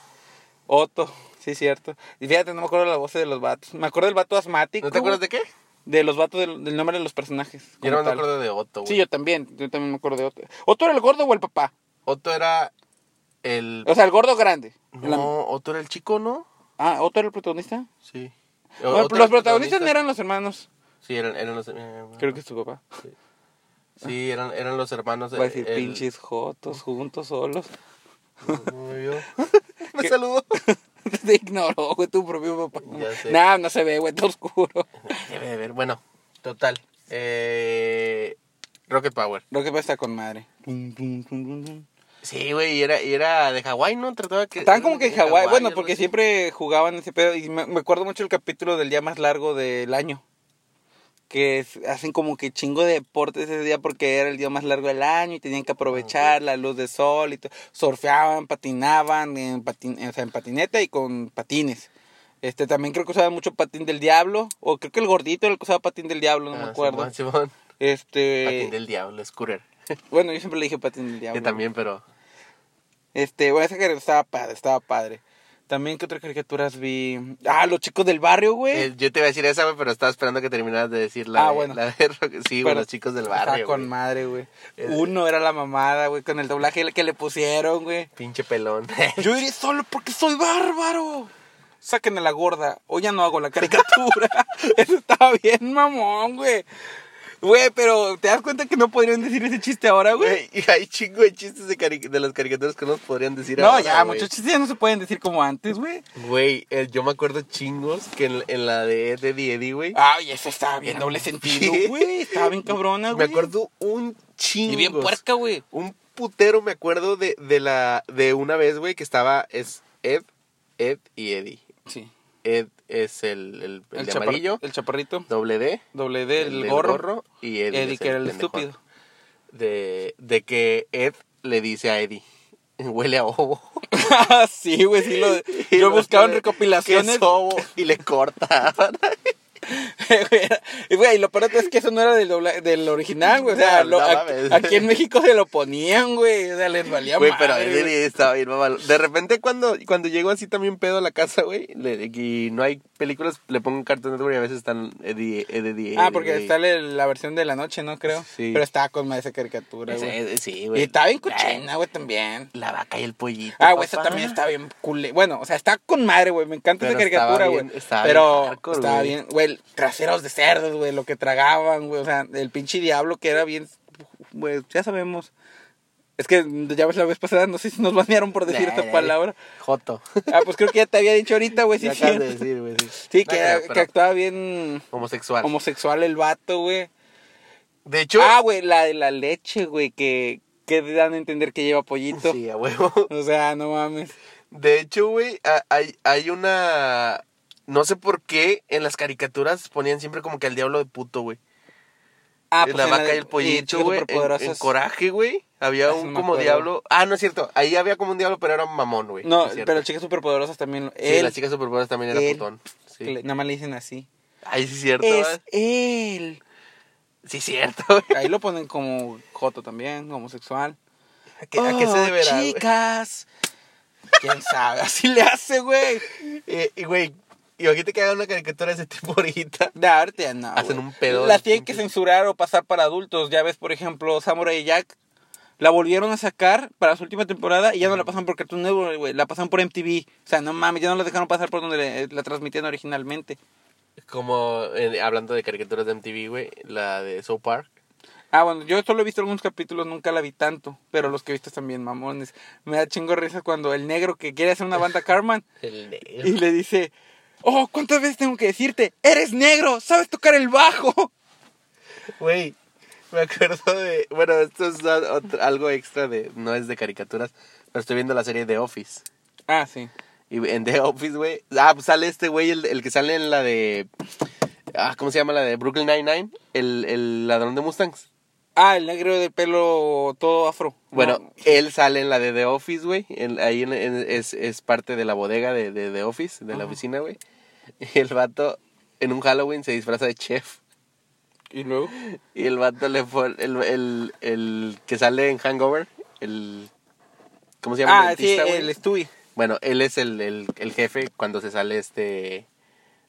Speaker 2: Otto. Sí, cierto. Y fíjate, no me acuerdo las voces de los vatos. Me acuerdo del vato asmático.
Speaker 1: ¿No te acuerdas de qué?
Speaker 2: De los vatos, del, del nombre de los personajes.
Speaker 1: Yo
Speaker 2: como
Speaker 1: no me
Speaker 2: tal.
Speaker 1: acuerdo de Otto, güey.
Speaker 2: Sí, yo también. Yo también me acuerdo de Otto. ¿Otto era el gordo o el papá?
Speaker 1: Otto era el...
Speaker 2: O sea, el gordo grande. La-
Speaker 1: No, Otto era el chico, ¿no?
Speaker 2: Ah, ¿Otto era el protagonista?
Speaker 1: Sí.
Speaker 2: Bueno,
Speaker 1: Otto era
Speaker 2: los
Speaker 1: el protagonista.
Speaker 2: protagonistas no eran los hermanos.
Speaker 1: Sí, eran, eran los... eh,
Speaker 2: Creo que es tu papá.
Speaker 1: Sí, eran, eran los hermanos.
Speaker 2: Va a decir
Speaker 1: el- [LAUGHS]
Speaker 2: pinches jotos, juntos, solos.
Speaker 1: No me
Speaker 2: [LAUGHS]
Speaker 1: vio. me [LAUGHS] saludó.
Speaker 2: Te ignoró, güey, tu propio papá.
Speaker 1: Ya sé.
Speaker 2: Nah, no se ve, güey, está
Speaker 1: [LAUGHS]
Speaker 2: oscuro.
Speaker 1: Debe de ver. Bueno, total. Eh, Rocket Power.
Speaker 2: Lo que pasa con madre. Tum, tum, tum, tum, tum.
Speaker 1: Sí, güey, y era, y era de Hawái, ¿no? Trataba que...
Speaker 2: Estaban como que en Hawái, bueno,
Speaker 1: algo
Speaker 2: porque
Speaker 1: así.
Speaker 2: siempre jugaban ese pedo. Y me, me acuerdo mucho el capítulo del día más largo del año. Que es- hacen como que chingo de deportes ese día porque era el día más largo del año y tenían
Speaker 1: Ah,
Speaker 2: que aprovechar la luz del sol y todo. Surfeaban, patinaban, en, patin- o sea, en patineta y con patines. Este, también creo que usaban mucho patín del diablo. O creo que el gordito era el que usaba patín del diablo, no me
Speaker 1: Ah,
Speaker 2: acuerdo.
Speaker 1: Simón, Simón.
Speaker 2: Este.
Speaker 1: Patín del diablo,
Speaker 2: [LAUGHS]
Speaker 1: Scooter.
Speaker 2: Bueno, yo siempre le dije patín del diablo.
Speaker 1: Yo también, pero...
Speaker 2: Este, bueno, esa caricatura estaba padre, estaba padre. También, ¿qué otras caricaturas vi? Ah, los chicos del barrio, güey.
Speaker 1: Eh, yo te iba a decir esa, güey, pero estaba esperando que terminaras de decir la,
Speaker 2: Ah,
Speaker 1: de,
Speaker 2: bueno.
Speaker 1: la de Rocket- Sí, güey,
Speaker 2: Pero-
Speaker 1: los chicos del
Speaker 2: Estaba
Speaker 1: barrio,
Speaker 2: con
Speaker 1: güey.
Speaker 2: madre, güey.
Speaker 1: Eh.
Speaker 2: Uno era la mamada, güey, con el doblaje que le pusieron, [LAUGHS] güey.
Speaker 1: Pinche pelón.
Speaker 2: Yo iré solo porque soy bárbaro. Sáquenme la gorda. Hoy ya no hago la
Speaker 1: [LAUGHS]
Speaker 2: caricatura. Eso estaba bien, mamón, güey. Güey, pero ¿te das cuenta que no podrían decir ese chiste ahora, güey?
Speaker 1: [LAUGHS] Güey, y hay chingo de chistes de, cari- de las caricaturas que nos podrían decir
Speaker 2: No,
Speaker 1: ahora,
Speaker 2: ya,
Speaker 1: güey.
Speaker 2: muchos chistes ya no se pueden decir como antes, güey.
Speaker 1: Güey, el- yo me acuerdo chingos que en, en la de Ed, Ed y Eddie, güey.
Speaker 2: Ay, eso estaba bien doble sentido,
Speaker 1: Sí.
Speaker 2: güey. Estaba bien cabrona,
Speaker 1: me
Speaker 2: güey.
Speaker 1: acuerdo un chingo.
Speaker 2: Y bien puerca, güey.
Speaker 1: Un putero me acuerdo de, de la de una vez, güey, que estaba es Ed, Ed y Eddie.
Speaker 2: Sí.
Speaker 1: Ed es el, el, el de
Speaker 2: chapar-
Speaker 1: amarillo,
Speaker 2: El chaparrito.
Speaker 1: doble D,
Speaker 2: Doble D, el,
Speaker 1: del
Speaker 2: gorro.
Speaker 1: y Eddie,
Speaker 2: Eddie,
Speaker 1: es
Speaker 2: que era el
Speaker 1: pendejón.
Speaker 2: estúpido. [LAUGHS]
Speaker 1: De, de que Ed le dice a Eddie, huele a ovo.
Speaker 2: Ah, sí, güey, sí lo.
Speaker 1: [LAUGHS] Y
Speaker 2: Yo
Speaker 1: luego
Speaker 2: buscaba en
Speaker 1: que- que
Speaker 2: recopilaciones.
Speaker 1: es ovo y le corta.
Speaker 2: [LAUGHS] Güey, era- y, Güey, lo peor es que eso no era del, dobla- del original, güey. O sea,
Speaker 1: No,
Speaker 2: lo-
Speaker 1: no
Speaker 2: a-
Speaker 1: mames.
Speaker 2: aquí en México se lo ponían, güey. O sea, les valía
Speaker 1: Güey,
Speaker 2: madre,
Speaker 1: pero
Speaker 2: güey.
Speaker 1: él estaba bien mamalo. De repente cuando, cuando llego así también pedo a la casa, güey, le- y no hay películas, le pongo un cartón de y a veces están Eddie, Eddie, Eddie,
Speaker 2: Ah, porque
Speaker 1: Eddie.
Speaker 2: está el- la versión de la noche, ¿no? Creo.
Speaker 1: Sí.
Speaker 2: Pero estaba con más esa caricatura,
Speaker 1: Ese-
Speaker 2: güey.
Speaker 1: ese- Sí,
Speaker 2: Y
Speaker 1: güey.
Speaker 2: estaba bien cochina, güey, también.
Speaker 1: La vaca y el pollito.
Speaker 2: Ah, güey, esa
Speaker 1: papá.
Speaker 2: también está bien cool. Bueno, o sea, está con madre, güey. Me encanta
Speaker 1: Pero
Speaker 2: esa caricatura,
Speaker 1: estaba
Speaker 2: güey.
Speaker 1: bien- estaba
Speaker 2: Pero
Speaker 1: bien hardcore,
Speaker 2: estaba
Speaker 1: güey.
Speaker 2: bien, güey. Traseros de cerdos, güey. Lo que tragaban, güey. O sea, el pinche diablo que era bien. Güey, ya sabemos. Es que ya ves la vez pasada, no sé si nos banearon por decir
Speaker 1: Nah,
Speaker 2: esta
Speaker 1: nah,
Speaker 2: palabra.
Speaker 1: Eh, Joto.
Speaker 2: Ah, pues creo que ya te había dicho ahorita, güey. [LAUGHS] Sí,
Speaker 1: Ya
Speaker 2: sí.
Speaker 1: acabas de decir, güey.
Speaker 2: Sí, que,
Speaker 1: No,
Speaker 2: era-
Speaker 1: pero-
Speaker 2: que actuaba bien
Speaker 1: Homosexual.
Speaker 2: homosexual el vato, güey.
Speaker 1: De hecho.
Speaker 2: Ah, güey, la de la leche, güey, que, que dan a entender que lleva pollito.
Speaker 1: sí, a huevo.
Speaker 2: O sea, no mames.
Speaker 1: De hecho, güey, a- hay, hay una... No sé por qué en las caricaturas ponían siempre como que al diablo de puto, güey.
Speaker 2: Ah,
Speaker 1: la
Speaker 2: en de-
Speaker 1: vaca y el pollito,
Speaker 2: Chicas
Speaker 1: güey. En,
Speaker 2: Superpoderosas.
Speaker 1: en coraje, güey. Había
Speaker 2: Eso no
Speaker 1: un
Speaker 2: me
Speaker 1: como
Speaker 2: acuerdo.
Speaker 1: diablo. Ah, no es cierto. Ahí había como un diablo, pero era un mamón, güey.
Speaker 2: No,
Speaker 1: Sí es cierto.
Speaker 2: pero chicas superpoderosas también. lo-
Speaker 1: Sí,
Speaker 2: él,
Speaker 1: las chicas superpoderosas también era
Speaker 2: él,
Speaker 1: putón.
Speaker 2: que
Speaker 1: Sí.
Speaker 2: le- nada más le dicen así.
Speaker 1: Ahí sí es cierto,
Speaker 2: Es
Speaker 1: ¿verdad?
Speaker 2: él.
Speaker 1: Sí es cierto, güey.
Speaker 2: Ahí lo ponen como joto también, homosexual.
Speaker 1: ¿A qué, a qué se
Speaker 2: Oh,
Speaker 1: deberá, güey?
Speaker 2: Chicas. ¿Quién sabe? Así le hace, güey.
Speaker 1: Eh, Y, güey, imagínate que hagan una caricatura de ese tipo [LAUGHS] ahorita.
Speaker 2: De ahorita ya no.
Speaker 1: Hacen
Speaker 2: güey.
Speaker 1: un pedo
Speaker 2: Las
Speaker 1: de
Speaker 2: tienen que
Speaker 1: pinches-
Speaker 2: censurar o pasar para adultos. Ya ves, por ejemplo, Samurai Jack. La volvieron a sacar para su última temporada y ya no la pasan por Cartoon Network, güey. La pasan por MTV. O sea, no mames, ya no la dejaron pasar por donde le- la transmitían originalmente.
Speaker 1: Como eh, hablando de caricaturas de MTV, güey. La de South Park.
Speaker 2: Ah, bueno, yo solo he visto algunos capítulos, nunca la vi tanto, pero los que he visto están bien mamones. Me da chingo risa cuando el negro que quiere hacer
Speaker 1: [LAUGHS]
Speaker 2: una banda Carman
Speaker 1: El negro.
Speaker 2: y le dice, oh, ¿cuántas veces tengo que decirte? Eres negro, sabes tocar el bajo. [LAUGHS]
Speaker 1: Güey, me acuerdo de. Bueno, esto es a- otro- algo extra de. No es de caricaturas, pero estoy viendo la serie The Office.
Speaker 2: Ah, sí.
Speaker 1: Y en The Office, güey. Ah, pues sale este güey, el, el que sale en la de. Ah, ¿cómo se llama? La de Brooklyn Nine-Nine. El, el ladrón de Mustangs.
Speaker 2: Ah, el negro de pelo todo afro. Ah,
Speaker 1: Bueno,
Speaker 2: No.
Speaker 1: él sale en la de The Office, güey. en- Ahí en- en- es, es parte de la bodega de, de The Office, de la oficina, güey. Y el vato en un Halloween se disfraza de chef.
Speaker 2: ¿Y luego?
Speaker 1: Y el vato le pone. El, el, el que sale en Hangover, el. ¿Cómo se llama?
Speaker 2: Ah, sí,
Speaker 1: dentista, güey.
Speaker 2: el Stewie. [LAUGHS]
Speaker 1: Bueno, él es el, el, el jefe cuando se sale este.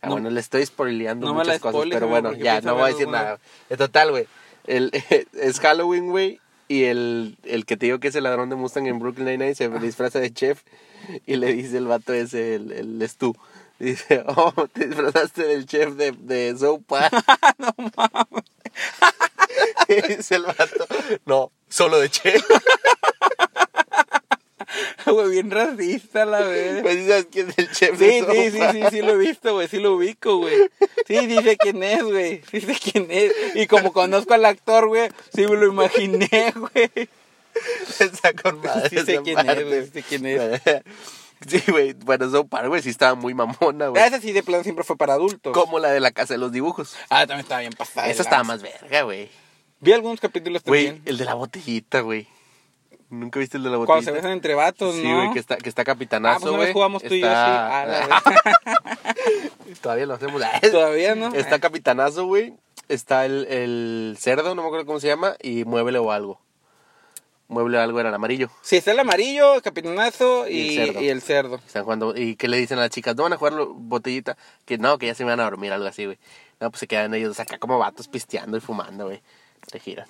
Speaker 1: Ah,
Speaker 2: No.
Speaker 1: bueno, le estoy spoileando
Speaker 2: No me
Speaker 1: muchas
Speaker 2: la
Speaker 1: cosas,
Speaker 2: spoiles,
Speaker 1: pero
Speaker 2: amigo,
Speaker 1: bueno,
Speaker 2: porque
Speaker 1: ya,
Speaker 2: pienso
Speaker 1: no voy a
Speaker 2: verlo,
Speaker 1: decir
Speaker 2: güey.
Speaker 1: nada. En total, güey. el- [LAUGHS] Es Halloween, güey. Y el, el que te digo que es el ladrón de Mustang en Brooklyn Nine-Nine se disfraza de chef. Y le dice el vato ese, el, el Stu. Dice, [LAUGHS] oh, te disfrazaste del chef de, de sopa.
Speaker 2: [LAUGHS]
Speaker 1: no [LAUGHS] mames. dice el vato, no, solo de
Speaker 2: [LAUGHS]
Speaker 1: chef. [LAUGHS]
Speaker 2: Ah, Güey, bien
Speaker 1: [LAUGHS]
Speaker 2: racista la vez.
Speaker 1: Pues, ¿sabes quién es el [LAUGHS] chef de
Speaker 2: Sí,
Speaker 1: sopa?
Speaker 2: sí, sí, sí, sí lo he visto, güey, sí lo ubico, güey. Sí, dice quién es, güey, [LAUGHS] dice quién es. Y como conozco al actor, güey, sí me lo imaginé, [LAUGHS] güey.
Speaker 1: Está con madre
Speaker 2: Sí sé
Speaker 1: esa
Speaker 2: quién
Speaker 1: parte.
Speaker 2: es, güey, sí sé quién es.
Speaker 1: [LAUGHS] Sí, güey. Bueno, South Park, güey, sí estaba muy mamona, güey.
Speaker 2: Esa Ah, sí de plano siempre fue para adultos.
Speaker 1: Como la de la casa de los dibujos.
Speaker 2: Ah, también estaba bien pasada.
Speaker 1: Esa estaba más verga, güey.
Speaker 2: Vi algunos capítulos
Speaker 1: Güey,
Speaker 2: también.
Speaker 1: el de la botellita, güey. ¿Nunca viste el de la
Speaker 2: Cuando se
Speaker 1: botellita?
Speaker 2: besan entre vatos,
Speaker 1: sí,
Speaker 2: ¿no?
Speaker 1: güey, que está, que está
Speaker 2: Ah, pues
Speaker 1: capitanazo,
Speaker 2: una
Speaker 1: güey.
Speaker 2: vez jugamos tú y yo así.
Speaker 1: Está- [LAUGHS]
Speaker 2: Ah, la vez.
Speaker 1: Todavía lo hacemos.
Speaker 2: [LAUGHS]
Speaker 1: [LAUGHS]
Speaker 2: Todavía no.
Speaker 1: Está capitanazo, güey. Está el, el cerdo, no me acuerdo cómo se llama. Y muévele o algo. Muévele o algo era el amarillo.
Speaker 2: Sí, está el amarillo, el capitanazo y,
Speaker 1: Y el cerdo.
Speaker 2: y el cerdo.
Speaker 1: Están jugando. ¿Y qué le dicen a las chicas? ¿No van a jugar lo- botellita? Que no, que ya se me van a dormir, algo así, güey. No, pues se quedan ellos acá como vatos pisteando y fumando, güey. Se giran.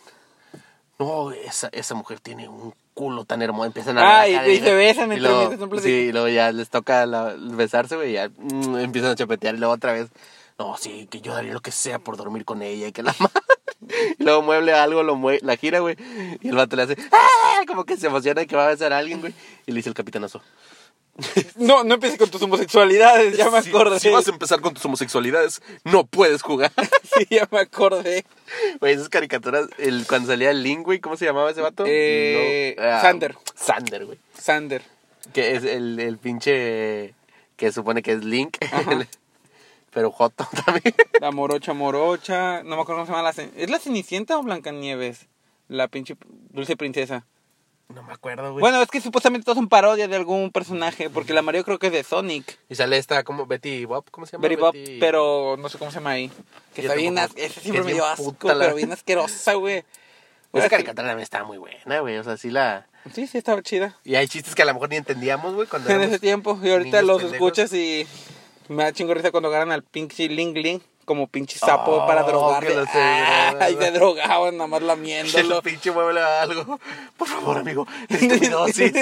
Speaker 1: No, esa, esa mujer tiene un culo tan hermoso. Empiezan a
Speaker 2: Ah,
Speaker 1: hablar
Speaker 2: y-
Speaker 1: acá de-
Speaker 2: y se besan
Speaker 1: y
Speaker 2: entre
Speaker 1: luego-
Speaker 2: mientras están
Speaker 1: Sí,
Speaker 2: platicando.
Speaker 1: y luego ya les toca la- besarse, güey. y Ya mm, empiezan a chapetear y luego otra vez. No, sí, que yo daría lo que sea por dormir con ella y que la [LAUGHS] madre. Y luego mueble algo, lo mue- la gira, güey. Y el vato le hace, ¡ah! Como que se emociona de que va a besar a alguien, güey. Y le dice el capitanazo,
Speaker 2: No, no empieces con tus homosexualidades, [LAUGHS] ya me
Speaker 1: si,
Speaker 2: acordé.
Speaker 1: si vas a empezar con tus homosexualidades, no puedes jugar. [LAUGHS]
Speaker 2: Sí, ya me acordé.
Speaker 1: Güey, esas caricaturas, el, cuando salía el Link, güey, ¿cómo se llamaba ese vato?
Speaker 2: Eh,
Speaker 1: No, ah,
Speaker 2: Sander.
Speaker 1: Sander, güey.
Speaker 2: Sander.
Speaker 1: Que es el, el pinche que supone que es Link. [LAUGHS] pero Joto [LAUGHS] también.
Speaker 2: La morocha morocha. No me acuerdo cómo se llama la... ce- ¿Es la Cenicienta o Blancanieves? La pinche dulce princesa.
Speaker 1: No me acuerdo, güey.
Speaker 2: Bueno, es que supuestamente todos son parodias de algún personaje. Porque la Mario creo que es de Sonic.
Speaker 1: Y sale esta, como Betty Bob, ¿cómo se llama?
Speaker 2: Betty Bob,
Speaker 1: Betty-
Speaker 2: pero no sé cómo se llama ahí. Que
Speaker 1: Yo
Speaker 2: está bien... as-
Speaker 1: tampoco.
Speaker 2: Esa
Speaker 1: Que
Speaker 2: siempre
Speaker 1: es
Speaker 2: me
Speaker 1: bien
Speaker 2: dio asco,
Speaker 1: puta la-
Speaker 2: pero bien asquerosa, güey.
Speaker 1: Esa caricatura también estaba muy buena, güey. O sea, sí la.
Speaker 2: Sí, sí, estaba chida.
Speaker 1: Y hay chistes que a lo mejor ni entendíamos, güey, cuando.
Speaker 2: [LAUGHS] en
Speaker 1: éramos
Speaker 2: ese tiempo. Y ahorita
Speaker 1: niños
Speaker 2: los
Speaker 1: pendejos.
Speaker 2: escuchas y me da chingo risa cuando agarran al pinche Ling Ling como pinche sapo para
Speaker 1: Oh, que
Speaker 2: drogarle.
Speaker 1: lo sé,
Speaker 2: [LAUGHS] Ah,
Speaker 1: ¿verdad?
Speaker 2: y se drogaban nada
Speaker 1: [LAUGHS]
Speaker 2: más
Speaker 1: El
Speaker 2: lamiéndolo.
Speaker 1: pinche mueble a algo. Por favor,
Speaker 2: [LAUGHS]
Speaker 1: amigo, necesito mi dosis.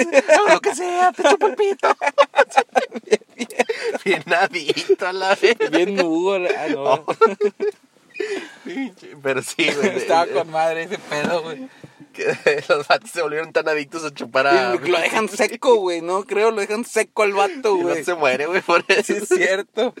Speaker 1: O lo que sea, te chupo el pito.
Speaker 2: [LAUGHS]
Speaker 1: Bien adicto a la vez.
Speaker 2: Bien nudo. ah, no.
Speaker 1: Oh. Pinche- Pero sí, güey.
Speaker 2: [LAUGHS] Estaba con madre ese pedo, güey.
Speaker 1: que Los vatos se volvieron tan adictos a chupar a.
Speaker 2: Y Lo dejan seco, güey, no creo, lo dejan seco al [LAUGHS] vato,
Speaker 1: Y no
Speaker 2: güey.
Speaker 1: se muere, güey, por eso.
Speaker 2: Sí, es cierto.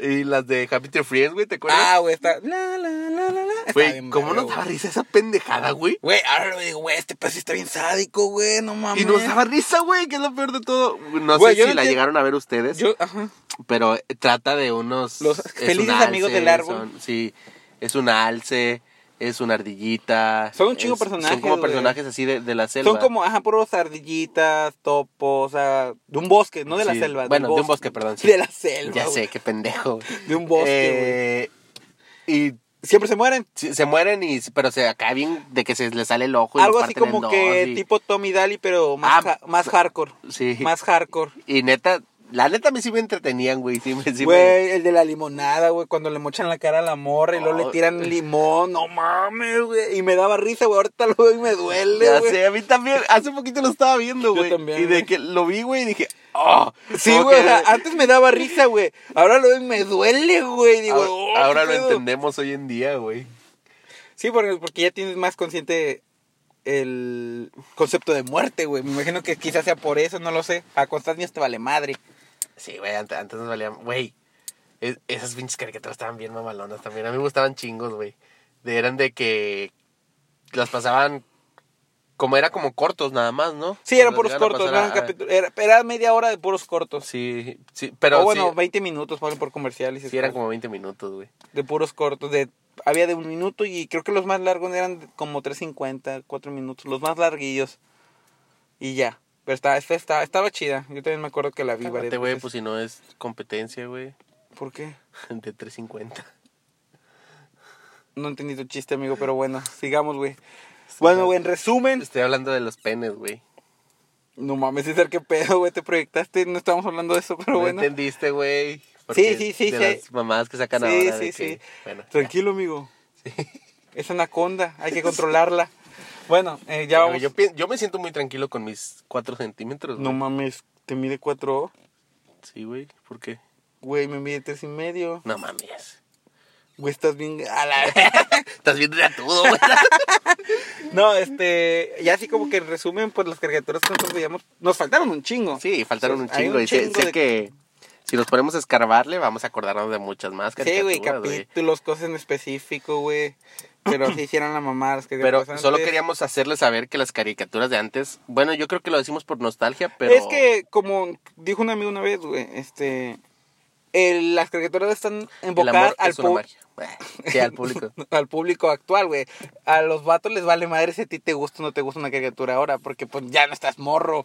Speaker 1: Y las de Happy Tree Friends, güey, ¿te acuerdas?
Speaker 2: [LAUGHS] Ah, güey, está. La, la, la, la, la. Está
Speaker 1: Güey,
Speaker 2: bien
Speaker 1: ¿cómo
Speaker 2: verga,
Speaker 1: nos daba
Speaker 2: güey.
Speaker 1: risa esa pendejada, güey?
Speaker 2: Güey, ahora lo digo, güey, este pedo sí está bien sádico, güey, no mames.
Speaker 1: Y nos daba risa, güey, que es lo peor de todo. No
Speaker 2: Güey,
Speaker 1: sé
Speaker 2: yo
Speaker 1: si
Speaker 2: no
Speaker 1: la
Speaker 2: entiendo-
Speaker 1: llegaron a ver ustedes.
Speaker 2: Yo, ajá.
Speaker 1: pero eh, trata de unos
Speaker 2: Los
Speaker 1: es
Speaker 2: felices
Speaker 1: un alce,
Speaker 2: amigos del árbol.
Speaker 1: son- sí, es un alce, es una ardillita.
Speaker 2: Son un chingo
Speaker 1: es-
Speaker 2: personajes,
Speaker 1: Son como
Speaker 2: güey.
Speaker 1: personajes así de, de la selva.
Speaker 2: Son como, ajá, puros ardillitas, topos, o sea, de un bosque, no de la
Speaker 1: Sí,
Speaker 2: selva.
Speaker 1: bueno, de un bosque, perdón, sí.
Speaker 2: De la selva.
Speaker 1: Ya
Speaker 2: güey.
Speaker 1: sé, qué pendejo.
Speaker 2: [LAUGHS] De un bosque,
Speaker 1: Eh, y
Speaker 2: güey. Siempre se mueren.
Speaker 1: sí, se mueren y pero se acá bien de que se les sale el ojo y
Speaker 2: Algo
Speaker 1: los
Speaker 2: así
Speaker 1: parten en
Speaker 2: como
Speaker 1: dos
Speaker 2: que
Speaker 1: y-
Speaker 2: tipo Tommy Daly, pero más,
Speaker 1: Ah,
Speaker 2: ja- más hardcore.
Speaker 1: sí.
Speaker 2: Más hardcore.
Speaker 1: y neta, la neta me sí me entretenían, güey, sí me sí me-
Speaker 2: Güey, el de la limonada, güey, cuando le mochan la cara a la morra y luego
Speaker 1: Oh.
Speaker 2: le tiran limón, no mames, güey. Y me daba risa, güey, ahorita lo veo y me duele,
Speaker 1: Ya
Speaker 2: güey.
Speaker 1: sé, a mí también, hace poquito lo estaba viendo,
Speaker 2: Yo
Speaker 1: güey.
Speaker 2: también,
Speaker 1: y
Speaker 2: güey.
Speaker 1: de que lo vi, güey, y dije, "Oh,
Speaker 2: Sí,
Speaker 1: como
Speaker 2: güey,
Speaker 1: que-
Speaker 2: o sea, antes me daba risa, güey. Ahora lo veo y me duele, güey. Digo,
Speaker 1: ahora,
Speaker 2: oh,
Speaker 1: ahora
Speaker 2: qué
Speaker 1: lo
Speaker 2: pedo.
Speaker 1: entendemos hoy en día, güey.
Speaker 2: Sí, porque, porque ya tienes más consciente el concepto de muerte, güey. Me imagino que quizás sea por eso, no lo sé. A Constantinos te vale madre.
Speaker 1: Sí, güey, antes, antes nos valían. Güey, es- esas pinches caricaturas estaban bien mamalonas también. A mí me gustaban chingos, güey. De- Eran de que las pasaban Como era como cortos nada más, ¿no?
Speaker 2: Sí, eran
Speaker 1: Los
Speaker 2: puros
Speaker 1: llegaron a
Speaker 2: cortos,
Speaker 1: pasar a-
Speaker 2: eran capítulo- era, era media hora de puros cortos.
Speaker 1: Sí, sí, pero
Speaker 2: o bueno,
Speaker 1: sí,
Speaker 2: 20 minutos por, por comerciales. y
Speaker 1: sí eran
Speaker 2: cosas.
Speaker 1: como 20 minutos, güey.
Speaker 2: De puros cortos, de había de un minuto y creo que los más largos eran de como 3.50, 4 minutos, los más larguillos. Y ya. Pero estaba, esta- estaba, estaba chida. Yo también me acuerdo que la vi varias
Speaker 1: Cálmate, güey,
Speaker 2: veces.
Speaker 1: pues si no es competencia, güey, [LAUGHS]
Speaker 2: ¿Por qué?
Speaker 1: de 350.
Speaker 2: No entendí tu chiste, amigo, pero bueno, sigamos, güey. Bueno, güey, en resumen.
Speaker 1: Estoy hablando de los penes, güey.
Speaker 2: No mames, César, qué pedo, güey, te proyectaste. No estábamos hablando de eso, pero
Speaker 1: ¿No
Speaker 2: bueno.
Speaker 1: entendiste, güey? Porque
Speaker 2: sí, sí,
Speaker 1: de
Speaker 2: sí.
Speaker 1: las mamadas que sacan
Speaker 2: Sí,
Speaker 1: ahora.
Speaker 2: sí,
Speaker 1: de
Speaker 2: sí.
Speaker 1: que- Bueno,
Speaker 2: Tranquilo, amigo. Es anaconda, hay que controlarla. Bueno, eh, ya
Speaker 1: Pero
Speaker 2: vamos.
Speaker 1: Yo, pues, pien- yo me siento muy tranquilo con mis 4 centímetros,
Speaker 2: No
Speaker 1: güey.
Speaker 2: mames, te mide 4
Speaker 1: Sí, güey, ¿por qué?
Speaker 2: Güey, me mide tres y medio.
Speaker 1: No mames.
Speaker 2: Güey, estás bien. A la...
Speaker 1: [LAUGHS] Estás viendo de a todo,
Speaker 2: [LAUGHS]
Speaker 1: güey.
Speaker 2: No, este. Ya así como que en resumen, pues las caricaturas que nosotros veíamos. Nos faltaron un chingo.
Speaker 1: Sí, faltaron un
Speaker 2: Hay
Speaker 1: chingo. y sé-
Speaker 2: chingo
Speaker 1: sé
Speaker 2: de-
Speaker 1: que si nos ponemos a escarbarle, vamos a acordarnos de muchas más
Speaker 2: Sí,
Speaker 1: caricaturas,
Speaker 2: güey, capítulos, cosas en específico, güey. Pero sí hicieron la mamada. las
Speaker 1: Pero
Speaker 2: caricaturas antes.
Speaker 1: solo queríamos hacerles saber que las caricaturas de antes, bueno, yo creo que lo decimos por nostalgia, pero
Speaker 2: Es que, como dijo un amigo una vez, güey, este. el- las caricaturas están
Speaker 1: el
Speaker 2: enfocadas
Speaker 1: amor
Speaker 2: al,
Speaker 1: es una
Speaker 2: pu-
Speaker 1: magia. Eh, Sí, al
Speaker 2: [LAUGHS]
Speaker 1: público.
Speaker 2: al público actual, güey. A los vatos les vale madre si a ti te gusta o no te gusta una caricatura ahora, porque pues ya no estás morro.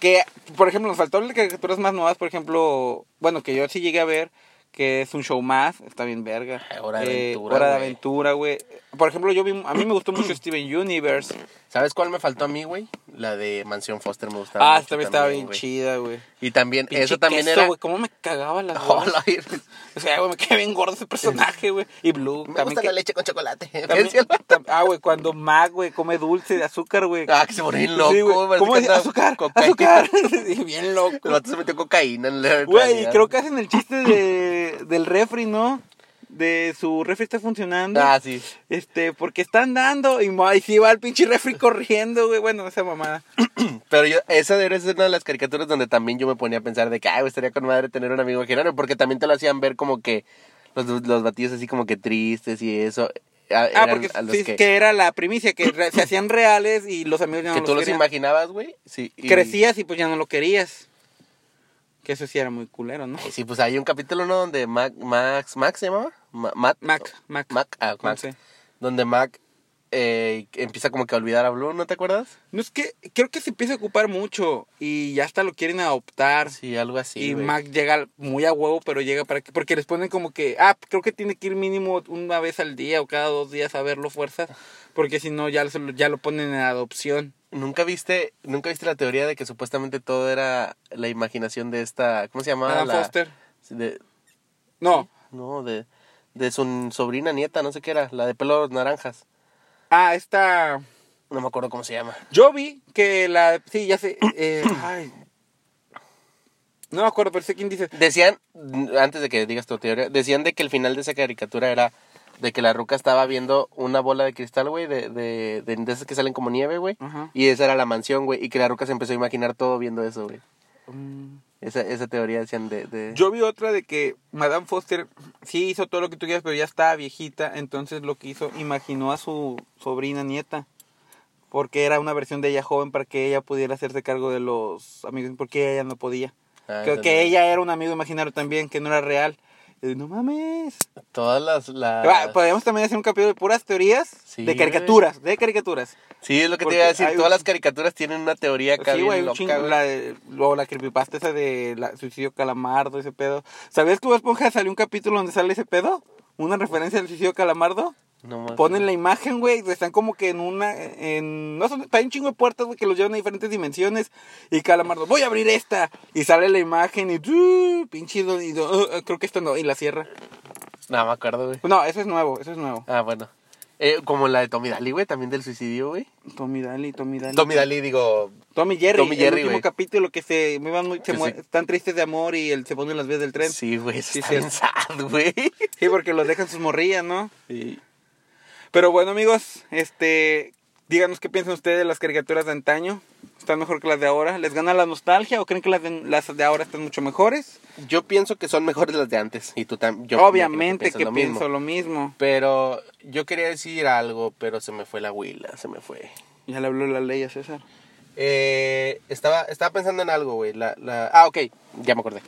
Speaker 2: Que, por ejemplo, nos faltaron las caricaturas más nuevas, por ejemplo, bueno, que yo sí llegué a ver, que es un show más, está bien verga. Eh,
Speaker 1: Ah, Hora de Aventura,
Speaker 2: Hora de
Speaker 1: güey.
Speaker 2: aventura, güey. Por ejemplo, yo vi, a mí me
Speaker 1: [CLEARS THROAT]
Speaker 2: gustó mucho Steven Universe.
Speaker 1: ¿Sabes cuál me faltó a mí, güey? La de Mansión Foster me gustaba.
Speaker 2: Ah,
Speaker 1: mucho
Speaker 2: esta vez estaba
Speaker 1: también,
Speaker 2: bien
Speaker 1: güey.
Speaker 2: chida, güey.
Speaker 1: Y también,
Speaker 2: Pinche
Speaker 1: eso también
Speaker 2: queso,
Speaker 1: era. [LAUGHS]
Speaker 2: güey, cómo me cagaba las
Speaker 1: Oh,
Speaker 2: gordas.
Speaker 1: la
Speaker 2: [LAUGHS]
Speaker 1: virgen.
Speaker 2: O sea, güey, me quedé bien gordo ese personaje, güey. Y Blue.
Speaker 1: me
Speaker 2: también
Speaker 1: gusta
Speaker 2: que-
Speaker 1: la leche con
Speaker 2: [LAUGHS]
Speaker 1: chocolate. [LAUGHS]
Speaker 2: También-
Speaker 1: ¿Ves?
Speaker 2: tam- ah, güey, cuando Mac, güey, come dulce de azúcar, güey.
Speaker 1: Ah, que se pone bien loco.
Speaker 2: Sí, güey.
Speaker 1: parece
Speaker 2: ¿Cómo
Speaker 1: que
Speaker 2: es?
Speaker 1: anda
Speaker 2: Azúcar,
Speaker 1: cocaína. [LAUGHS]
Speaker 2: azúcar. Sí, Bien
Speaker 1: El
Speaker 2: loco.
Speaker 1: vato se metió cocaína en la
Speaker 2: Güey, y
Speaker 1: realidad.
Speaker 2: creo que hacen el chiste de, del refri, ¿no? De su refri está funcionando.
Speaker 1: Ah, sí. [LAUGHS]
Speaker 2: Este, porque están dando. Y, ma- y sí va el pinche refri corriendo, güey. Bueno, esa mamada.
Speaker 1: Pero yo, esa era esa era una de las caricaturas donde también yo me ponía a pensar de que, ay, güey, estaría con madre tener un amigo Genaro, porque también te lo hacían ver como que los, los batidos así como que tristes y eso. a-
Speaker 2: Ah,
Speaker 1: Eh, eran
Speaker 2: porque
Speaker 1: a los
Speaker 2: sí, que... era la primicia, que re- se hacían reales y los amigos ya no
Speaker 1: que tú los
Speaker 2: querían.
Speaker 1: imaginabas, güey. Sí, y-
Speaker 2: Crecías y pues ya no lo querías. Que eso sí era muy culero, ¿no?
Speaker 1: Ay, Sí, pues hay un capítulo, ¿no? Donde Mac, Max, ¿Max se llamaba? Ma- Matt.
Speaker 2: Mac, Mac.
Speaker 1: Mac, ah, Mac.
Speaker 2: Sí.
Speaker 1: Donde Mac eh, empieza como que a olvidar a Blue, ¿no te acuerdas?
Speaker 2: No es que creo que se empieza a ocupar mucho y ya hasta lo quieren adoptar.
Speaker 1: Sí, algo así.
Speaker 2: y
Speaker 1: güey.
Speaker 2: Mac llega muy a huevo, pero llega para que porque les ponen como que, ah, creo que tiene que ir mínimo una vez al día o cada dos días a verlo fuerzas, porque si no ya, se lo- ya lo ponen en adopción.
Speaker 1: ¿Nunca viste, ¿Nunca viste la teoría de que supuestamente todo era la imaginación de esta. ¿Cómo se llamaba?
Speaker 2: Adam
Speaker 1: la,
Speaker 2: Foster.
Speaker 1: De,
Speaker 2: No.
Speaker 1: no, de, de su sobrina nieta, no sé qué era, la de pelos naranjas.
Speaker 2: Ah, esta
Speaker 1: No me acuerdo cómo se llama.
Speaker 2: yo vi que la sí, ya sé,
Speaker 1: [COUGHS]
Speaker 2: eh, ay. No me acuerdo, pero sé quién dice.
Speaker 1: Decían, mm, antes de que digas tu teoría, decían de que el final de esa caricatura era de que la ruca estaba viendo una bola de cristal, güey, de, de, de, de esas que salen como nieve, güey.
Speaker 2: Ajá.
Speaker 1: Y esa era la mansión, güey. Y que la ruca se empezó a imaginar todo viendo eso, güey. um,
Speaker 2: Mm.
Speaker 1: Esa, esa teoría decían de... de-
Speaker 2: Yo vi otra de que Madame Foster sí hizo todo lo que tú quieras, pero ya estaba viejita, entonces lo que hizo, imaginó a su sobrina nieta, porque era una versión de ella joven para que ella pudiera hacerse cargo de los amigos, porque ella no podía.
Speaker 1: Ah,
Speaker 2: Creo
Speaker 1: esa
Speaker 2: que
Speaker 1: no.
Speaker 2: ella era un amigo imaginario también, que no era real. Y, no mames.
Speaker 1: Todas las... las-
Speaker 2: Ah, Podríamos también hacer un capítulo de puras teorías,
Speaker 1: Sí,
Speaker 2: de caricaturas, de caricaturas.
Speaker 1: Sí, es lo que te
Speaker 2: Porque
Speaker 1: iba a decir.
Speaker 2: hay un- Pues
Speaker 1: Todas las caricaturas tienen una teoría acá
Speaker 2: Sí,
Speaker 1: bien
Speaker 2: güey, un
Speaker 1: loca,
Speaker 2: chingo,
Speaker 1: güey.
Speaker 2: la, de- luego la creepypasta esa de la, suicidio calamardo, ese pedo. ¿Sabías que Bob Esponja salió un capítulo donde sale ese pedo? Una referencia al suicidio calamardo.
Speaker 1: No más.
Speaker 2: Ponen la imagen, güey, están como que en una, en, no son, hay un chingo de puertas, güey, que los llevan a diferentes dimensiones. Y calamardo, voy a abrir esta. Y sale la imagen y, ¡uh! pinche, y, uh, creo que esto no, y la cierra.
Speaker 1: No, me acuerdo, güey.
Speaker 2: No, eso es nuevo, eso es nuevo.
Speaker 1: Ah, bueno. Eh, como la de Tommy Daly, güey, también del suicidio, güey.
Speaker 2: Tommy Daly, Tommy Daly.
Speaker 1: Tommy Daly, digo...
Speaker 2: Tommy Jerry,
Speaker 1: Tommy Jerry,
Speaker 2: el último
Speaker 1: güey.
Speaker 2: capítulo que se, me van muy, se
Speaker 1: Que
Speaker 2: mue-
Speaker 1: se-
Speaker 2: están tristes de amor y él se pone en las vías del tren.
Speaker 1: Sí, güey,
Speaker 2: Sí,
Speaker 1: sí, está
Speaker 2: sí.
Speaker 1: bien sad, güey.
Speaker 2: [LAUGHS] Sí, porque los dejan sus morrillas, ¿no?
Speaker 1: Sí.
Speaker 2: Pero bueno, amigos, este, díganos qué piensan ustedes de las caricaturas de antaño. ¿Están mejor que las de ahora? ¿Les gana la nostalgia o creen que las de, las de ahora están mucho mejores?
Speaker 1: Yo pienso que son mejores las de antes. Y tú también.
Speaker 2: Obviamente que, pienso lo mismo.
Speaker 1: Pero yo quería decir algo, pero se me fue la huila, se me fue.
Speaker 2: Ya le habló la ley a César.
Speaker 1: Eh, estaba, estaba pensando en algo, güey. La, la... Ah, ok, ya me acordé.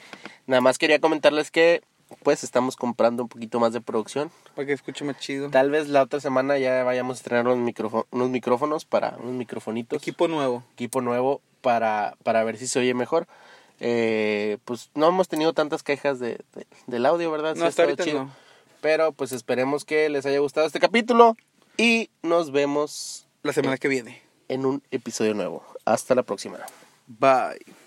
Speaker 1: Nada más quería comentarles que, pues, estamos comprando un poquito más de producción.
Speaker 2: Para que escuche más chido.
Speaker 1: Tal vez la otra semana ya vayamos a estrenar unos, micrófo- unos micrófonos para unos microfonitos.
Speaker 2: Equipo nuevo.
Speaker 1: equipo nuevo para, para ver si se oye mejor. Eh, pues no hemos tenido tantas quejas de, de- del audio, ¿verdad? Sí
Speaker 2: No,
Speaker 1: ha
Speaker 2: hasta
Speaker 1: estado
Speaker 2: ahorita no.
Speaker 1: Pero pues esperemos que les haya gustado este capítulo y nos vemos
Speaker 2: La semana que viene.
Speaker 1: en un episodio nuevo. Hasta la próxima.
Speaker 2: Bye.